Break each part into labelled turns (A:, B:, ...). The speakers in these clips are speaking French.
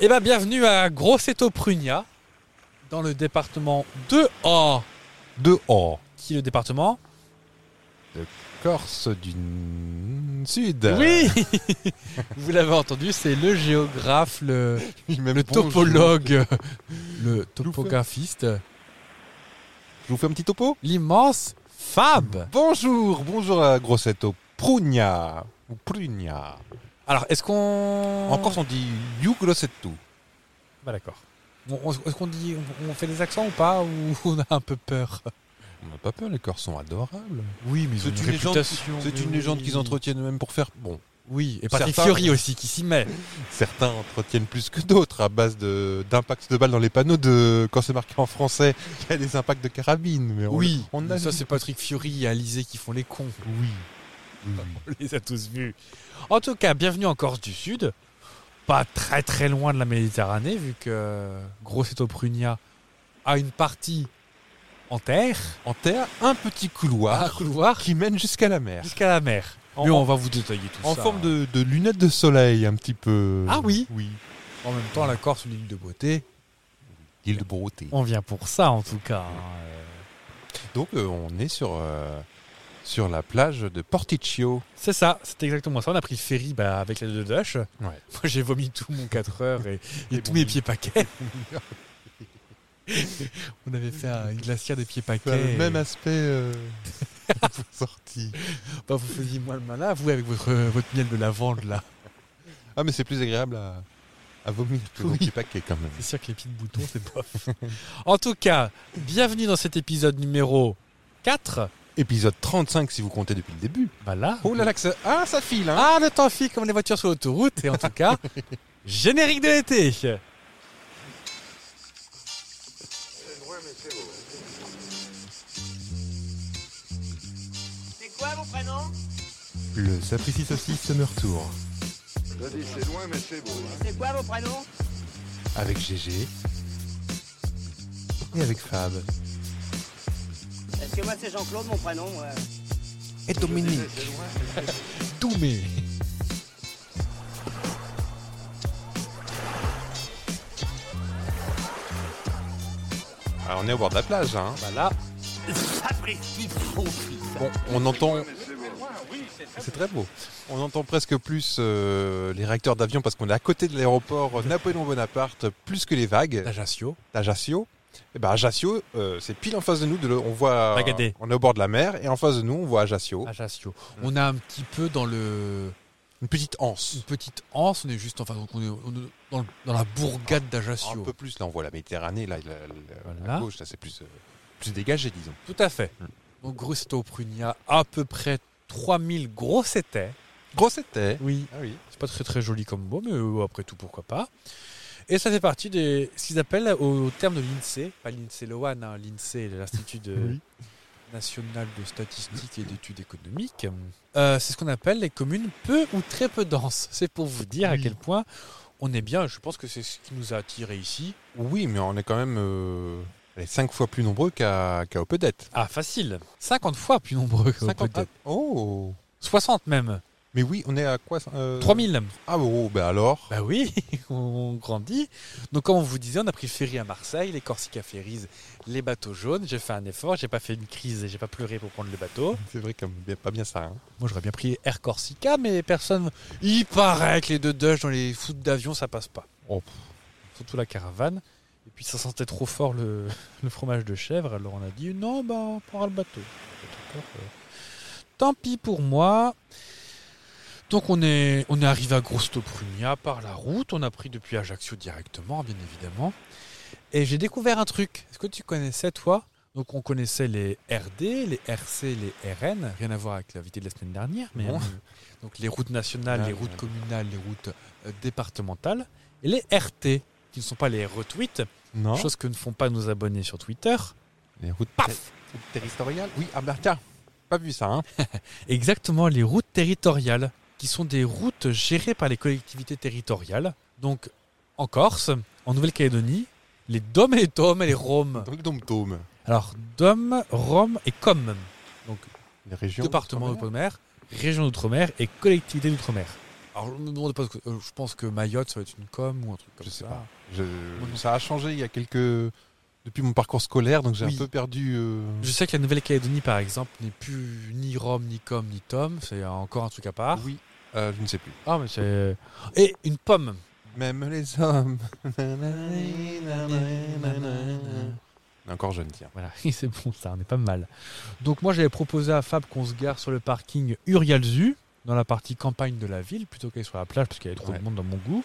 A: Eh bien, bienvenue à Grosseto Prunia, dans le département de Or,
B: De Or,
A: qui est le département.
B: Corse du n- Sud.
A: Oui Vous l'avez entendu, c'est le géographe, le,
B: Oui, même
A: le
B: bonjour.
A: topologue, le topographiste,
B: Je vous fais un petit topo
A: l'immense Fab.
B: Bonjour, bonjour à Grossetto Prugna. Ou Prugna.
A: Alors, est-ce qu'on.
B: En Corse, on dit You Grossetto.
A: Ah. Bah, d'accord. On- on- Est-ce qu'on dit, on on fait des accents ou pas Ou on a un peu peur
B: On n'a pas peur, les Corses sont adorables.
A: Oui, mais
B: ils ont une C'est une légende qu'ils entretiennent même pour faire. Bon,
A: Oui, et Patrick
B: Certains-
A: Fiori aussi qui s'y met.
B: certains entretiennent plus que d'autres à base de- d'impacts de, balles dans les panneaux. De, quand c'est marqué en français, il y a des impacts de carabine. Mais on-
A: oui,
B: on a
A: ça c'est Patrick Fiori et Alizé qui font les cons.
B: Oui. Oui, oui.
A: On les a tous vus. En tout cas, bienvenue en Corse du Sud. Pas très très loin de la Méditerranée, vu que Grosseto Prunia a une partie en terre,
B: En terre, un petit
A: un
B: couloir
A: couloir,
B: Ah. qui mène jusqu'à la mer.
A: jusqu'à la mer.
B: En-
A: Mais on va vous détailler tout
B: En
A: ça.
B: forme de, de lunettes de soleil, un petit peu.
A: Ah oui
B: Oui.
A: En même temps, la Corse, une île de beauté.
B: L'île de beauté.
A: On vient pour ça, en tout cas. hein. Euh,
B: Donc, euh, on est sur, euh, sur la plage de Porticcio.
A: C'est ça, c'est exactement ça. On a pris le ferry bah, avec les deux Dush. Moi, j'ai vomi tout mon 4 heures et, et
B: Et
A: tous
B: bon.
A: mes pieds paquets. On avait fait un glaciaire de pieds paquets.
B: Enfin, le
A: et-
B: Bah, même aspect euh, sorti.
A: Bah, vous faisiez moins le malin, vous, avec votre, euh, votre miel de lavande, là.
B: Ah, mais c'est plus agréable à, à vomir que
A: Oui.
B: le petit paquet quand même.
A: C'est sûr que les petits boutons, c'est bof. en tout cas, bienvenue dans cet épisode numéro 4.
B: Épisode 35 si vous comptez depuis le début.
A: Bah là.
B: Oh là là, que ça... Ah, ça file, hein
A: Ah, le temps file comme les voitures sur l'autoroute. Et en tout cas, générique de l'été.
C: C'est quoi vos prénoms
B: Le Sapristi Saucisse Summer Tour
D: T'as dit c'est loin mais c'est beau. hein.
C: C'est quoi vos prénoms
B: avec GG et avec Fab
C: Parce que moi c'est Jean-Claude mon prénom. ouais.
B: et Dominique.
D: C'est loin.
A: Doumé.
B: Alors, on est au bord de la plage, hein
A: Bah là.
B: Bon, on entend,
D: Mais c'est beau.
B: c'est très beau. On entend presque plus euh, les réacteurs d'avion parce qu'on est à côté de l'aéroport Napoléon Bonaparte, plus que les vagues
A: Ajaccio.
B: d'Ajaccio. Et ben Ajaccio, euh, c'est pile en face de nous. de le- on voit,
A: Bagadé. Ah.
B: on est au bord de la mer et en face de nous, on voit Ajaccio,
A: Ajaccio. On a un petit peu dans le
B: une petite anse.
A: une petite anse. On est juste enfin donc on est, on est dans, le- dans la bourgade
B: Un
A: d'Ajaccio.
B: peu plus, là, on voit la Méditerranée, là, la- la-
A: Voilà.
B: à gauche, là, c'est plus, euh, plus dégagé, disons.
A: Tout à fait.
B: Mm.
A: Donc Grosseto Prunia, à peu près 3000 grosses étais.
B: Grossetet.
A: Oui.
B: Ah oui.
A: C'est pas très très joli comme mot, mais euh, après tout, pourquoi pas. Et ça fait partie de ce qu'ils appellent au, au terme de l'INSEE, pas l'INSEE Loan, hein, l'INSEE, l'Institut de-
B: Oui.
A: national de statistique et d'études économiques. Euh, c'est ce qu'on appelle les communes peu ou très peu denses. C'est pour vous dire à
B: Oui.
A: quel point on est bien. Je pense que c'est ce qui nous a attirés ici.
B: Oui, mais on est quand même euh, allez, cinq fois plus nombreux qu'à qu'à Opedette.
A: Ah, facile. 50 fois plus nombreux que
B: 50
A: peut-être.
B: Oh
A: 60 même.
B: Mais oui, on est à quoi euh,
A: 3000.
B: Ah bon, ben alors
A: Bah oui, on grandit. Donc comme on vous disait, on a pris le ferry à Marseille, les Corsica Ferries, les bateaux jaunes. J'ai fait un effort, j'ai pas fait une crise et j'ai pas pleuré pour prendre le bateau.
B: C'est vrai comme bien, pas bien ça. hein.
A: Moi j'aurais bien pris Air Corsica, mais personne. Il paraît que les deux Dodge dans les foutes d'avion ça passe pas.
B: Oh, pff.
A: Surtout la caravane. Et puis ça sentait trop fort le, le fromage de chèvre, alors on a dit non, bah on prendra le bateau. D'accord, euh, Tant pis pour moi. Donc on est, on est arrivé à Grostoprunia par la route, on a pris depuis Ajaccio directement, bien évidemment. Et j'ai découvert un truc. Est-ce que tu connaissais toi Donc on connaissait les RD, les RC, les RN, rien à voir avec l'invité de la semaine dernière, mais
B: Non.
A: euh, donc les routes nationales,
B: Ah,
A: les
B: oui,
A: routes
B: oui.
A: communales, les routes euh, départementales et les RT, qui ne sont pas les retweets,
B: Non
A: chose que ne font pas nos abonnés sur Twitter.
B: Les routes
A: Paf
B: ter- territoriales Oui, ah ben tiens, pas vu ça. Hein.
A: Exactement, les routes territoriales, qui sont des routes gérées par les collectivités territoriales. Donc, en Corse, en Nouvelle-Calédonie, les DOM et les TOM et les ROM.
B: Dans le dôme
A: Alors, DOM, ROM et COM. Donc,
B: Les régions.
A: département
B: d'outre-mer.
A: d'outre-mer, région d'outre-mer et collectivité d'outre-mer. Alors, je me demande pas, ce que- euh, je pense que Mayotte, ça va être une com ou un truc comme
B: Je sais
A: ça.
B: pas. Je-
A: non plus.
B: ça a changé il y a quelques. Depuis mon parcours scolaire, donc j'ai
A: Oui.
B: un peu perdu. euh,
A: Je sais que la Nouvelle-Calédonie, par exemple, n'est plus ni Rome, ni com, ni tom. C'est encore un truc à part.
B: Oui. euh, je ne sais plus.
A: Ah, mais c'est. Et une pomme.
B: Même les hommes. On est Encore jeune, tiens.
A: Voilà, c'est bon, ça, on est pas mal. Donc, moi, j'avais proposé à Fab qu'on se gare sur le parking Urialzu, dans la partie campagne de la ville, plutôt qu'aller sur la plage, parce qu'il y avait trop
B: Ouais.
A: de monde dans mon goût.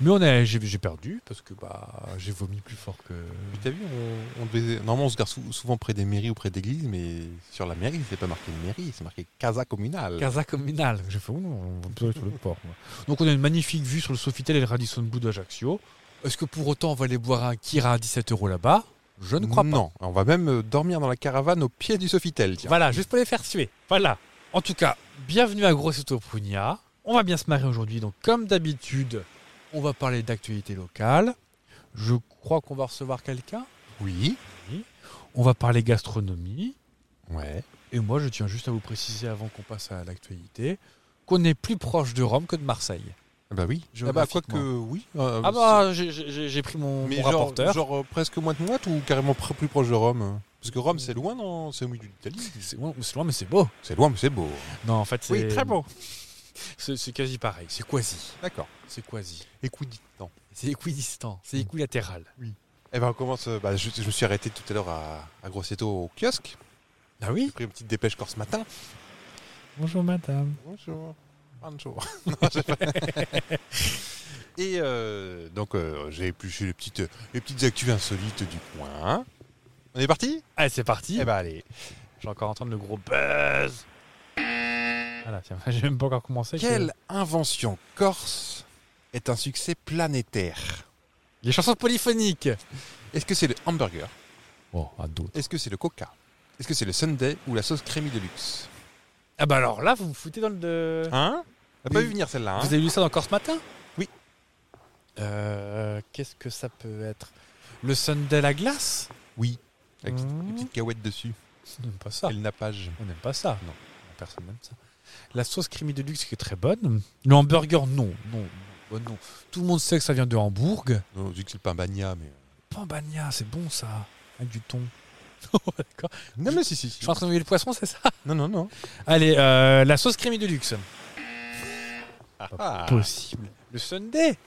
A: Mais on a, j'ai, j'ai perdu, parce que bah, j'ai vomi plus fort que.
B: Puis t'as vu, on, on devait- normalement on se gare sou- souvent près des mairies ou près d'églises, mais sur la mairie, c'est pas marqué mairie, c'est marqué casa communale.
A: Casa communal. J'ai fait, oh non, on va plutôt aller sur le port. moi. Donc, on a une magnifique vue sur le Sofitel et le Radisson Blue d'Ajaccio. Est-ce que pour autant, on va aller boire un Kira à 17 euros là-bas Je ne crois pas.
B: Non, on va même euh, dormir dans la caravane au pied du Sofitel. Tiens.
A: Voilà, juste pour les faire suer. Voilà. En tout cas, bienvenue à Grosseto Pugna. On va bien se marrer aujourd'hui. Donc, comme d'habitude, on va parler d'actualité locale. Je crois qu'on va recevoir quelqu'un.
B: Oui.
A: On va parler gastronomie.
B: Ouais.
A: Et moi, je tiens juste à vous préciser avant qu'on passe à l'actualité qu'on est plus proche de Rome que de Marseille.
B: Ah Bah oui. Ah bah quoi que
A: Géographiquement.
B: oui. euh,
A: Ah bah, j'ai- j'ai j'ai pris mon,
B: c'est- mais
A: mon
B: genre,
A: rapporteur.
B: genre euh, presque moins de moite ou carrément pr- plus proche de Rome Parce que Rome c'est loin, non C'est au milieu de l'Italie.
A: C'est loin, c'est loin, mais c'est beau.
B: C'est loin, mais c'est beau.
A: Non, en fait, c'est
B: beau.
A: c'est- c'est quasi pareil. C'est quasi.
B: D'accord.
A: C'est quasi.
B: Équidistant.
A: C'est équidistant. C'est équilatéral.
B: Eh ben on commence. euh, bah, je, je me suis arrêté tout à l'heure à, à Grosseto au kiosque.
A: Ah oui
B: J'ai pris une petite dépêche corps ce matin.
A: Bonjour madame.
B: Bonjour. Bonjour. Non, j'ai pas- Et euh, donc euh, j'ai épluché les petites, les petites actus insolites du coin. On est parti
A: Allez, c'est parti.
B: Eh ben allez.
A: Je vais encore entendre le gros buzz. Voilà, tiens, j'ai même pas encore commencé. que-
B: Quelle invention corse est un succès planétaire
A: Les chansons polyphoniques.
B: Est-ce que c'est le hamburger
A: Bon, à d'autres.
B: Est-ce que c'est le coca Est-ce que c'est le sundae ou la sauce crémie de luxe
A: Ah bah alors là, vous me foutez dans le. de-
B: Hein T'as pas
A: Oui.
B: vu venir celle-là hein
A: vous avez lu ça encore ce matin
B: Oui.
A: Euh, Qu'est-ce que ça peut être Le Sunday à la glace
B: Oui. Avec les
A: Mmh. Ah.
B: petites cahuètes dessus
A: On n'aime pas ça.
B: et le nappage.
A: On n'aime pas ça.
B: Non.
A: Personne n'aime ça. La sauce crémie de luxe qui est très bonne. Le hamburger, non. Non. Bon, non. Tout le monde sait que ça vient de Hambourg.
B: Non, vu que c'est le pain bagna, mais. euh,
A: Pambagna, c'est bon ça. Avec du thon. Oh, D'accord.
B: Non, mais si, si. si.
A: Je suis en train de le poisson, c'est ça
B: Non, non, non.
A: Allez, euh, la sauce crémie de luxe.
B: Ah.
A: Possible. Le Sunday.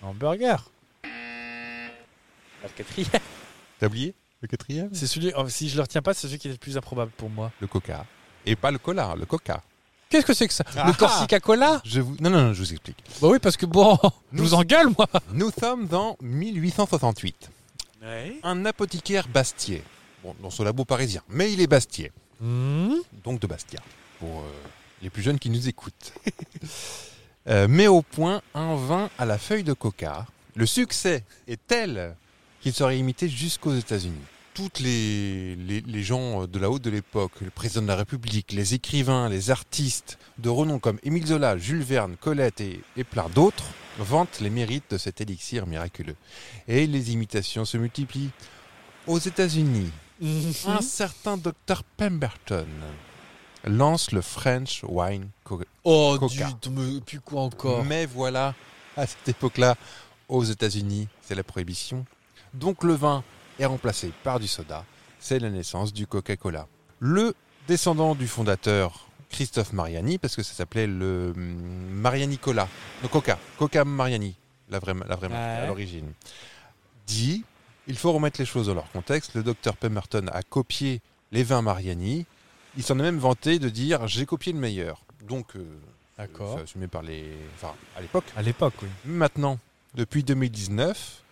A: Hamburger. La quatrième.
B: T'as oublié le quatrième
A: C'est celui, oh, si je le retiens pas, c'est celui qui est le plus improbable pour moi.
B: Le coca. Et pas le cola, le coca.
A: Qu'est-ce que c'est que ça
B: Ah
A: Le Corsica Cola
B: Je vous... Non, non, non, je vous explique.
A: Bah oui, parce que bon, je vous engueule moi.
B: Nous sommes en 1868. Un apothicaire bastier. Bon, dans son labo parisien. Mais il est bastier.
A: Hmm.
B: donc de Bastia, pour euh, les plus jeunes qui nous écoutent, Euh, met au point un vin à la feuille de coca. Le succès est tel qu'il serait imité jusqu'aux États-Unis. Toutes les, les, les gens de la haute de l'époque, le président de la République, les écrivains, les artistes de renom comme Émile Zola, Jules Verne, Colette et, et plein d'autres vantent les mérites de cet élixir miraculeux. Et les imitations se multiplient. Aux États-Unis,
A: Hmm.
B: un certain docteur Pemberton lance le French Wine Co-
A: Oh,
B: Coca.
A: du, mais puis quoi encore
B: Mais voilà, à cette époque-là, aux États-Unis, c'est la prohibition. Donc le vin est remplacé par du soda. C'est la naissance du Coca-Cola. Le descendant du fondateur Christophe Mariani, parce que ça s'appelait le hum, Mariani Cola, non Coca, Coca Mariani, la vraie, la vraie marque
A: Ouais.
B: à l'origine, dit il faut remettre les choses dans leur contexte. Le docteur Pemberton a copié les vins Mariani. Il s'en est même vanté de dire j'ai copié le meilleur. Donc euh,
A: D'accord.
B: c'est assumé par les. Enfin, à l'époque.
A: À l'époque, oui.
B: Maintenant, depuis 2019,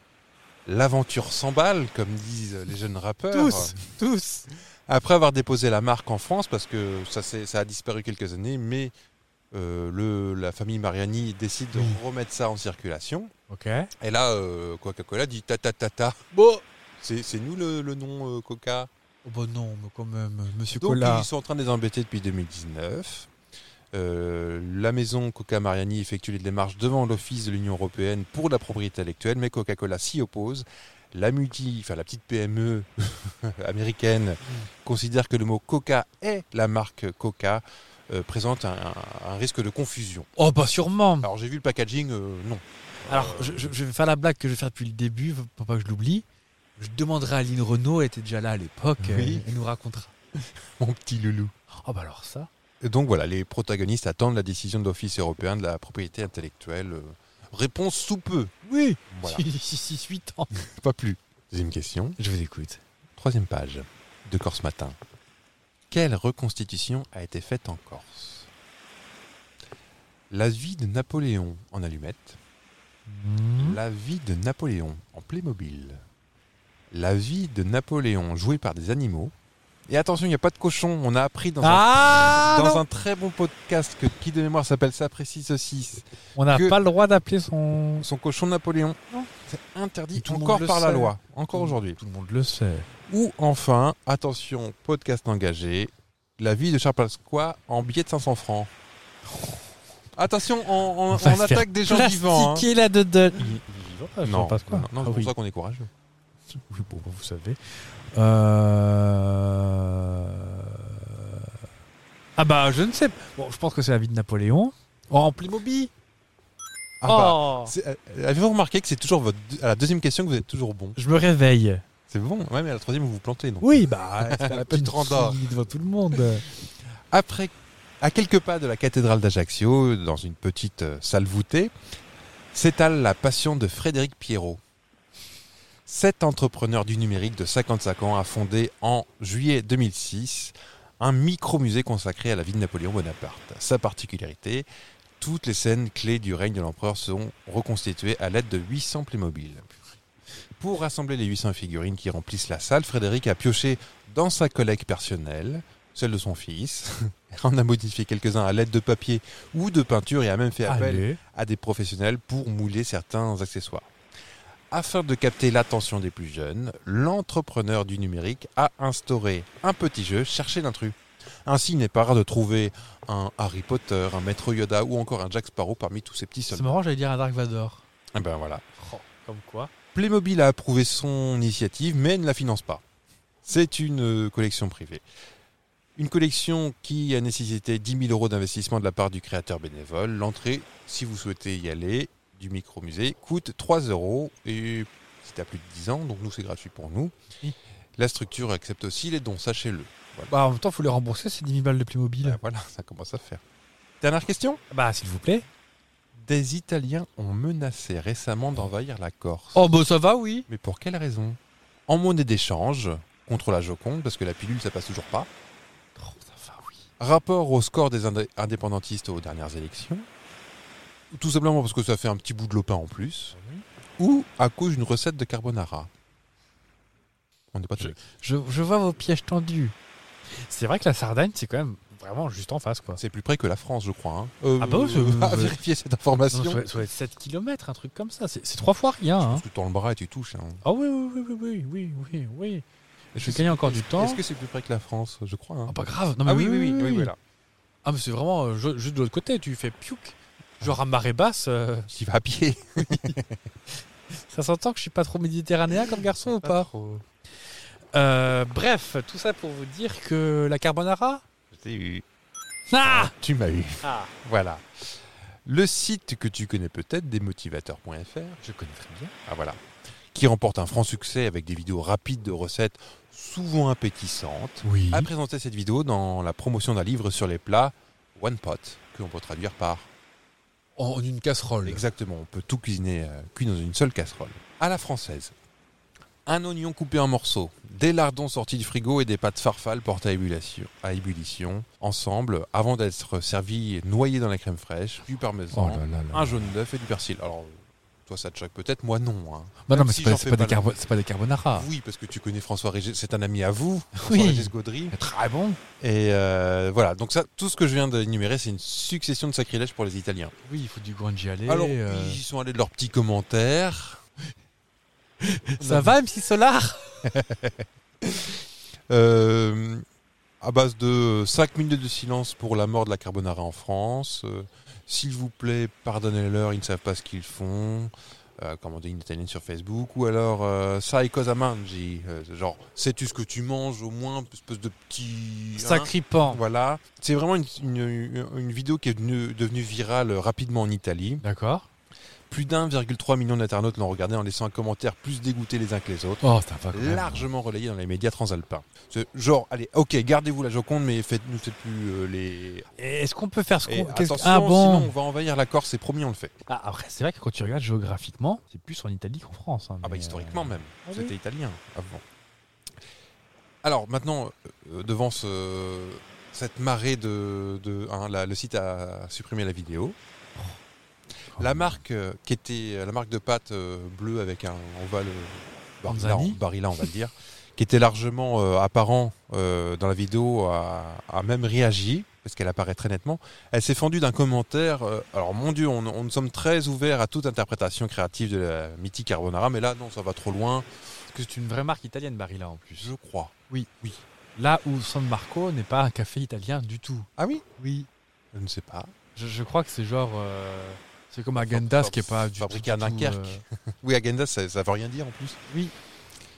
B: l'aventure s'emballe, comme disent les jeunes rappeurs.
A: Tous, tous.
B: Après avoir déposé la marque en France, parce que ça, s'est- ça a disparu quelques années, mais euh, le, la famille Mariani décide de
A: Oui.
B: remettre ça en circulation.
A: Ok.
B: Et là, euh, Coca-Cola dit ta ta ta ta.
A: Bon.
B: C'est c'est nous le, le nom euh, Coca.
A: Oh bah non, mais quand même, Monsieur
B: Donc
A: Cola.
B: ils sont en train de les embêter depuis 2019. Euh, la maison Coca Mariani effectue les démarches devant l'Office de l'Union Européenne pour la propriété intellectuelle, mais Coca-Cola s'y oppose. La multi, enfin la petite E PME américaine considère que le mot Coca est la marque Coca, euh, présente un, un- un risque de confusion.
A: Oh, bah sûrement.
B: Alors j'ai vu le packaging, euh, non.
A: Alors, je, je- je vais faire la blague que je vais faire depuis le début, pour pas que je l'oublie. Je demanderai à Aline Renault, elle était déjà là à l'époque,
B: Oui.
A: euh, elle nous racontera.
B: Mon petit loulou.
A: Oh, bah alors ça.
B: Donc voilà, les protagonistes attendent la décision de l'Office européen de la propriété intellectuelle. euh, réponse sous peu.
A: Oui,
B: Voilà,
A: 6, 8 ans.
B: pas plus. Deuxième question.
A: Je vous écoute.
B: Troisième page de Corse Matin. Quelle reconstitution a été faite en Corse La vie de Napoléon en allumette.
A: Hmm.
B: La vie de Napoléon en Playmobil. La vie de Napoléon jouée par des animaux. Et attention, il n'y a pas de cochon. On a appris dans,
A: Ah
B: un, dans
A: non.
B: un très bon podcast que, qui de mémoire s'appelle ça précis 6
A: On n'a
B: que-
A: pas le droit d'appeler son...
B: Son cochon Napoléon. C'est interdit
A: Tout le monde
B: encore
A: le
B: par la
A: sait.
B: loi. Encore aujourd'hui.
A: Tout le monde le sait.
B: Ou enfin, attention, podcast engagé, la vie de Charles Pasqua en billet de 500 francs. Attention, on, on-
A: On va
B: on
A: se faire
B: attaque des gens vivants. hein.
A: Plastiquer la dedans.
B: Non,
A: passe quoi
B: non, non,
A: Ah
B: c'est pour
A: oui.
B: ça qu'on est courageux.
A: Oui, bon, bah, vous savez. Euh... Ah bah, je ne sais pas. Bon, je pense que c'est la vie de Napoléon. Oh, en Playmobil
B: Ah bah,
A: oh.
B: c'est- euh, Avez-vous remarqué que c'est toujours votre deux- à la deuxième question que vous êtes toujours bon
A: Je me réveille.
B: C'est bon, ouais, mais à la troisième vous vous plantez. Donc.
A: Oui, bah, c'est
B: La
A: la
B: petite
A: petite
B: rendort.
A: devant tout le monde.
B: Après, à quelques pas de la cathédrale d'Ajaccio, dans une petite euh, salle voûtée, s'étale la passion de Frédéric Pierrot. Cet entrepreneur du numérique de 55 ans a fondé en juillet 2006 un micro-musée consacré à la vie de Napoléon Bonaparte. Sa particularité, toutes les scènes clés du règne de l'empereur sont reconstituées à l'aide de 800 Playmobil. Pour rassembler les 800 figurines qui remplissent la salle, Frédéric a pioché dans sa collecte personnelle celle de son fils. On a modifié quelques-uns à l'aide de papier ou de peinture et a même fait appel
A: Allez.
B: à des professionnels pour mouler certains accessoires. Afin de capter l'attention des plus jeunes, l'entrepreneur du numérique a instauré un petit jeu Chercher l'intrus. Ainsi, il n'est pas rare de trouver un Harry Potter, un Maître Yoda ou encore un Jack Sparrow parmi tous ces petits
A: C'est
B: soldats.
A: marrant, j'allais dire un Dark Vador.
B: Eh ben voilà.
A: Oh, comme quoi
B: Playmobil a approuvé son initiative, mais ne la finance pas. C'est une euh, collection privée. Une collection qui a nécessité 10 000 euros d'investissement de la part du créateur bénévole. L'entrée, si vous souhaitez y aller, du micro-musée, coûte 3 euros. Et c'est à plus de 10 ans, donc nous, c'est gratuit pour nous.
A: Oui.
B: La structure accepte aussi les dons, sachez-le.
A: Bah, en même temps, faut les rembourser, c'est 10 000 balles de Playmobil.
B: Bah, voilà, ça commence à faire. Dernière question.
A: Bah, s'il vous plaît.
B: Des Italiens ont menacé récemment d'envahir la Corse.
A: Oh, bah, ça va, oui.
B: Mais pour quelle raison En monnaie d'échange, contre la Joconde, parce que la pilule, ça passe toujours pas.
A: Oh, ça va, oui.
B: Rapport au score des indé- indépendantistes aux dernières élections. Tout simplement parce que ça fait un petit bout de lopin en plus. Ou à cause d'une recette de carbonara. On n'est pas tous-
A: Je, je vois vos pièges tendus. C'est vrai que la Sardaigne, c'est quand même vraiment juste en face, quoi.
B: C'est plus près que la France, je crois. hein. Euh,
A: Ah bon, je-
B: à vérifier cette
A: Non,
B: information.
A: ça doit- ça doit être 7 km, un truc comme ça. C'est c'est trois fois rien. hein.
B: Parce que dans le bras, tu touches. hein.
A: Ah oui, oui, oui, oui, oui, oui, oui. Je vais
B: Est-ce-
A: gagner encore du temps.
B: Est-ce que c'est plus près que la France Je crois. hein.
A: Ah, pas grave. Non, mais
B: ah oui, oui, oui, oui, voilà.
A: Ah, mais c'est vraiment euh, ju- juste de l'autre côté. Tu fais piouk. Genre à marée basse. euh,
B: Tu vas à pied.
A: ça s'entend que je suis pas trop méditerranéen comme garçon ou pas Euh, Bref, tout ça pour vous dire que la carbonara.
B: Je t'ai eu.
A: Ah
B: Tu m'as eu.
A: Ah
B: Voilà. Le site que tu connais peut-être, desmotivateurs.fr,
A: Je connais très bien.
B: ah voilà, qui remporte un franc succès avec des vidéos rapides de recettes souvent appétissantes,
A: Oui.
B: a présenté cette vidéo dans la promotion d'un livre sur les plats One Pot, que l'on peut traduire par
A: En une casserole.
B: Exactement, on peut tout cuisiner euh, cuit dans une seule casserole. À la française. Un oignon coupé en morceaux, des lardons sortis du frigo et des pâtes farfales portées à ébullition, à ébullition, ensemble, avant d'être servis noyés dans la crème fraîche, du parmesan,
A: Oh là là là.
B: un jaune d'œuf et du persil. Alors, toi ça te choque peut-être, moi non. hein.
A: Bah non, mais
B: si
A: c'est pas,
B: j'en
A: c'est
B: fais
A: pas
B: pas
A: des carbo- c'est pas des carbonara.
B: Oui, parce que tu connais François Régis, c'est un ami à vous, François
A: Ah. Oui.
B: Régis Gaudry.
A: Très bon.
B: Et euh, voilà, donc ça, tout ce que je viens d'énumérer, c'est une succession de sacrilèges pour les Italiens.
A: Oui, il faut du guanciale.
B: Alors, ils y sont allés de leurs petits commentaires.
A: Ça va, MC Solar
B: Euh, à base de 5 minutes de silence pour la mort de la carbonara en France. euh, S'il vous plaît, pardonnez-leur, ils ne savent pas ce qu'ils font. euh, commander une italienne sur Facebook, ou alors euh, Sai cosa mangi, euh, genre sais-tu ce que tu manges au moins, espèce de petit. hein,
A: Sacripant.
B: voilà. C'est vraiment une, une- une vidéo qui est devenue, devenue virale rapidement en Italie.
A: D'accord.
B: Plus d'1,3 million d'internautes l'ont regardé en laissant un commentaire plus dégoûté les uns que les autres
A: Oh, ça va quand même.
B: largement relayé dans les médias transalpins. C'est genre, allez, ok, gardez-vous la Joconde, mais faites-nous faites plus euh, les.
A: Et Est-ce qu'on peut faire ce
B: Et
A: qu'on. qu'est-ce-
B: attention,
A: ah
B: sinon on
A: bon
B: va envahir la Corse, c'est promis, on le fait.
A: Ah, Après, c'est vrai que quand tu regardes géographiquement, c'est plus en Italie qu'en France. hein,
B: Ah bah
A: mais,
B: historiquement
A: euh,
B: même,
A: ah oui.
B: c'était italien avant. Alors maintenant, euh, devant ce- cette marée de, de- hein, la- le site a supprimé la vidéo. La marque euh, qui était euh, la marque de pâte euh, bleue avec un ovale euh, Barilla,
A: Anzani
B: Barilla, on va le dire, qui était largement euh, apparent euh, dans la vidéo, a, a même réagi parce qu'elle apparaît très nettement. Elle s'est fendue d'un commentaire. euh, alors mon Dieu, on, on- nous sommes très ouverts à toute interprétation créative de la mythique carbonara, mais là non, ça va trop loin.
A: Parce que c'est une vraie marque italienne, Barilla en plus.
B: Je crois.
A: Oui.
B: oui.
A: Là où San Marco n'est pas un café italien du tout.
B: Ah oui
A: Oui.
B: Je ne sais pas.
A: Je, je crois que c'est genre. euh, c'est comme Agendas
B: fab-
A: qui est pas du
B: fabriqué
A: tout-
B: à
A: du tout,
B: Dunkerque.
A: euh,
B: Oui, Agenda, ça, ça veut rien dire en plus.
A: Oui.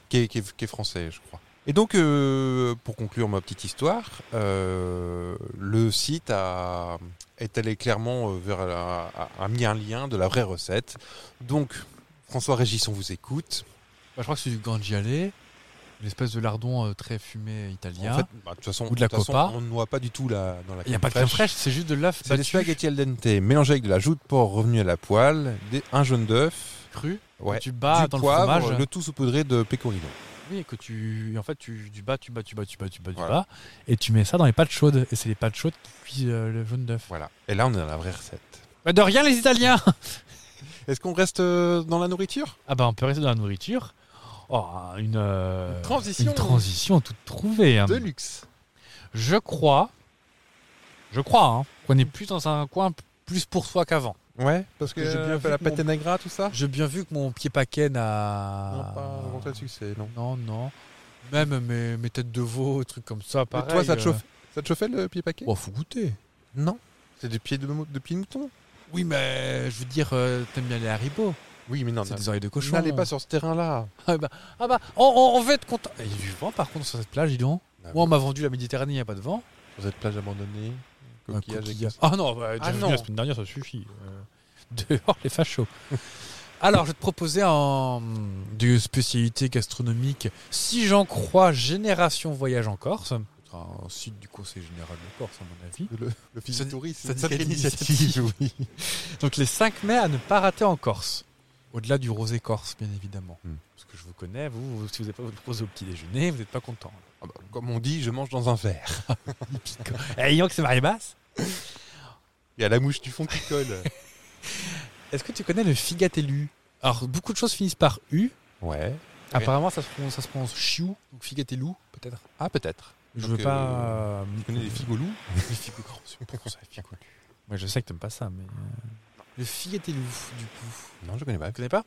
B: Qui est, qui est- qui est français, je crois. Et donc, euh, pour conclure ma petite histoire, euh, le site a, est allé clairement euh, vers la- a, a mis un lien de la vraie recette. Donc, François Régis, on vous écoute.
A: bah, je crois que c'est du Gangiale, une espèce de lardon euh, très fumé italien.
B: En fait, bah, de toute façon,
A: Ou de la
B: toute façon,
A: Copa.
B: on ne noie pas du tout la, dans la
A: Il n'y a pas de crème fraîche, c'est juste de l'œuf
B: C'est des
A: battu,
B: spaghettis al dente mélangés avec de la joue de porc revenue à la poêle, des- un jaune d'œuf,
A: cru
B: ouais,
A: que tu bats
B: du
A: Ah, dans
B: poivre,
A: le fromage.
B: le tout saupoudré de pecorino.
A: Oui, que tu en fait tu du bas, tu bats, tu bats, tu bats, tu bats, tu
B: Voilà.
A: bats, et tu mets ça dans les pâtes chaudes. Et c'est les pâtes chaudes qui cuisent euh, le jaune d'œuf.
B: Voilà. Et là, on est dans la vraie recette.
A: Bah, de rien les Italiens.
B: Est-ce qu'on reste euh, dans la nourriture
A: Ah bah on peut rester dans la nourriture. Oh, une, euh,
B: Une transition.
A: une transition toute trouvée.
B: Ah.
A: hein.
B: luxe.
A: Je crois, je crois hein, qu'on est plus dans un coin p- plus pour soi qu'avant.
B: Ouais, parce que
A: Euh,
B: j'ai bien fait la
A: avec mon-
B: pâte nagra, tout ça
A: J'ai bien vu que mon pied paquet n'a
B: Non, pas rencontré de succès, non.
A: Non, non. Même mes, mes têtes de veau, trucs comme ça.
B: Mais
A: Pareil,
B: toi, ça te,
A: euh,
B: chauffe... ça te chauffait le pied paquet
A: Oh, faut goûter.
B: Non. C'est des pieds de, mou- de pieds de mouton
A: Oui, mais je veux dire, euh, t'aimes bien les haribots.
B: Oui, mais non,
A: C'est des euh. oreilles de cochon.
B: n'allez pas sur ce terrain-là.
A: Ah bah, ah bah, on, on- on va être content. Et Il y a du vent par contre sur cette plage, dis donc.
B: Ah
A: Moi, on m'a vendu la Méditerranée, il n'y a pas de vent.
B: Sur cette plage abandonnée,
A: Un
B: coquillage
A: coquillage.
B: avec-
A: Ah non, bah, déjà
B: Ah
A: venu
B: non.
A: la semaine dernière, ça suffit. Euh, dehors, les fachos. Alors, je vais te proposer en de spécialité gastronomique, si j'en crois, Génération Voyage en Corse. C'est un site du Conseil Général de Corse, à mon avis.
B: Le, le fils
A: Ça-
B: du tourisme.
A: ça-
B: Cette
A: quelle
B: initiative, oui.
A: Donc les 5 mai à ne pas rater en Corse. Au-delà du rosé corse, bien évidemment.
B: Hmm.
A: Parce que je vous connais, vous, vous- si vous n'avez pas votre rosé au petit déjeuner, vous n'êtes pas content.
B: Ah bah, Comme on dit, je mange dans un verre.
A: Eh, que c'est marée basse.
B: Il y a la mouche du fond qui colle.
A: Est-ce que tu connais le figatellu Alors, beaucoup de choses finissent par U.
B: ouais.
A: Apparemment, ça se prononce, ça se prononce chiou, donc figatellu, peut-être.
B: Ah, peut-être.
A: Je
B: Donc,
A: veux
B: euh,
A: pas. euh,
B: Tu connais des figolous
A: Les figolous. Moi, je sais que t'aimes pas ça, mais. euh, Le figatellu, du coup.
B: Non, je connais pas.
A: Tu connais pas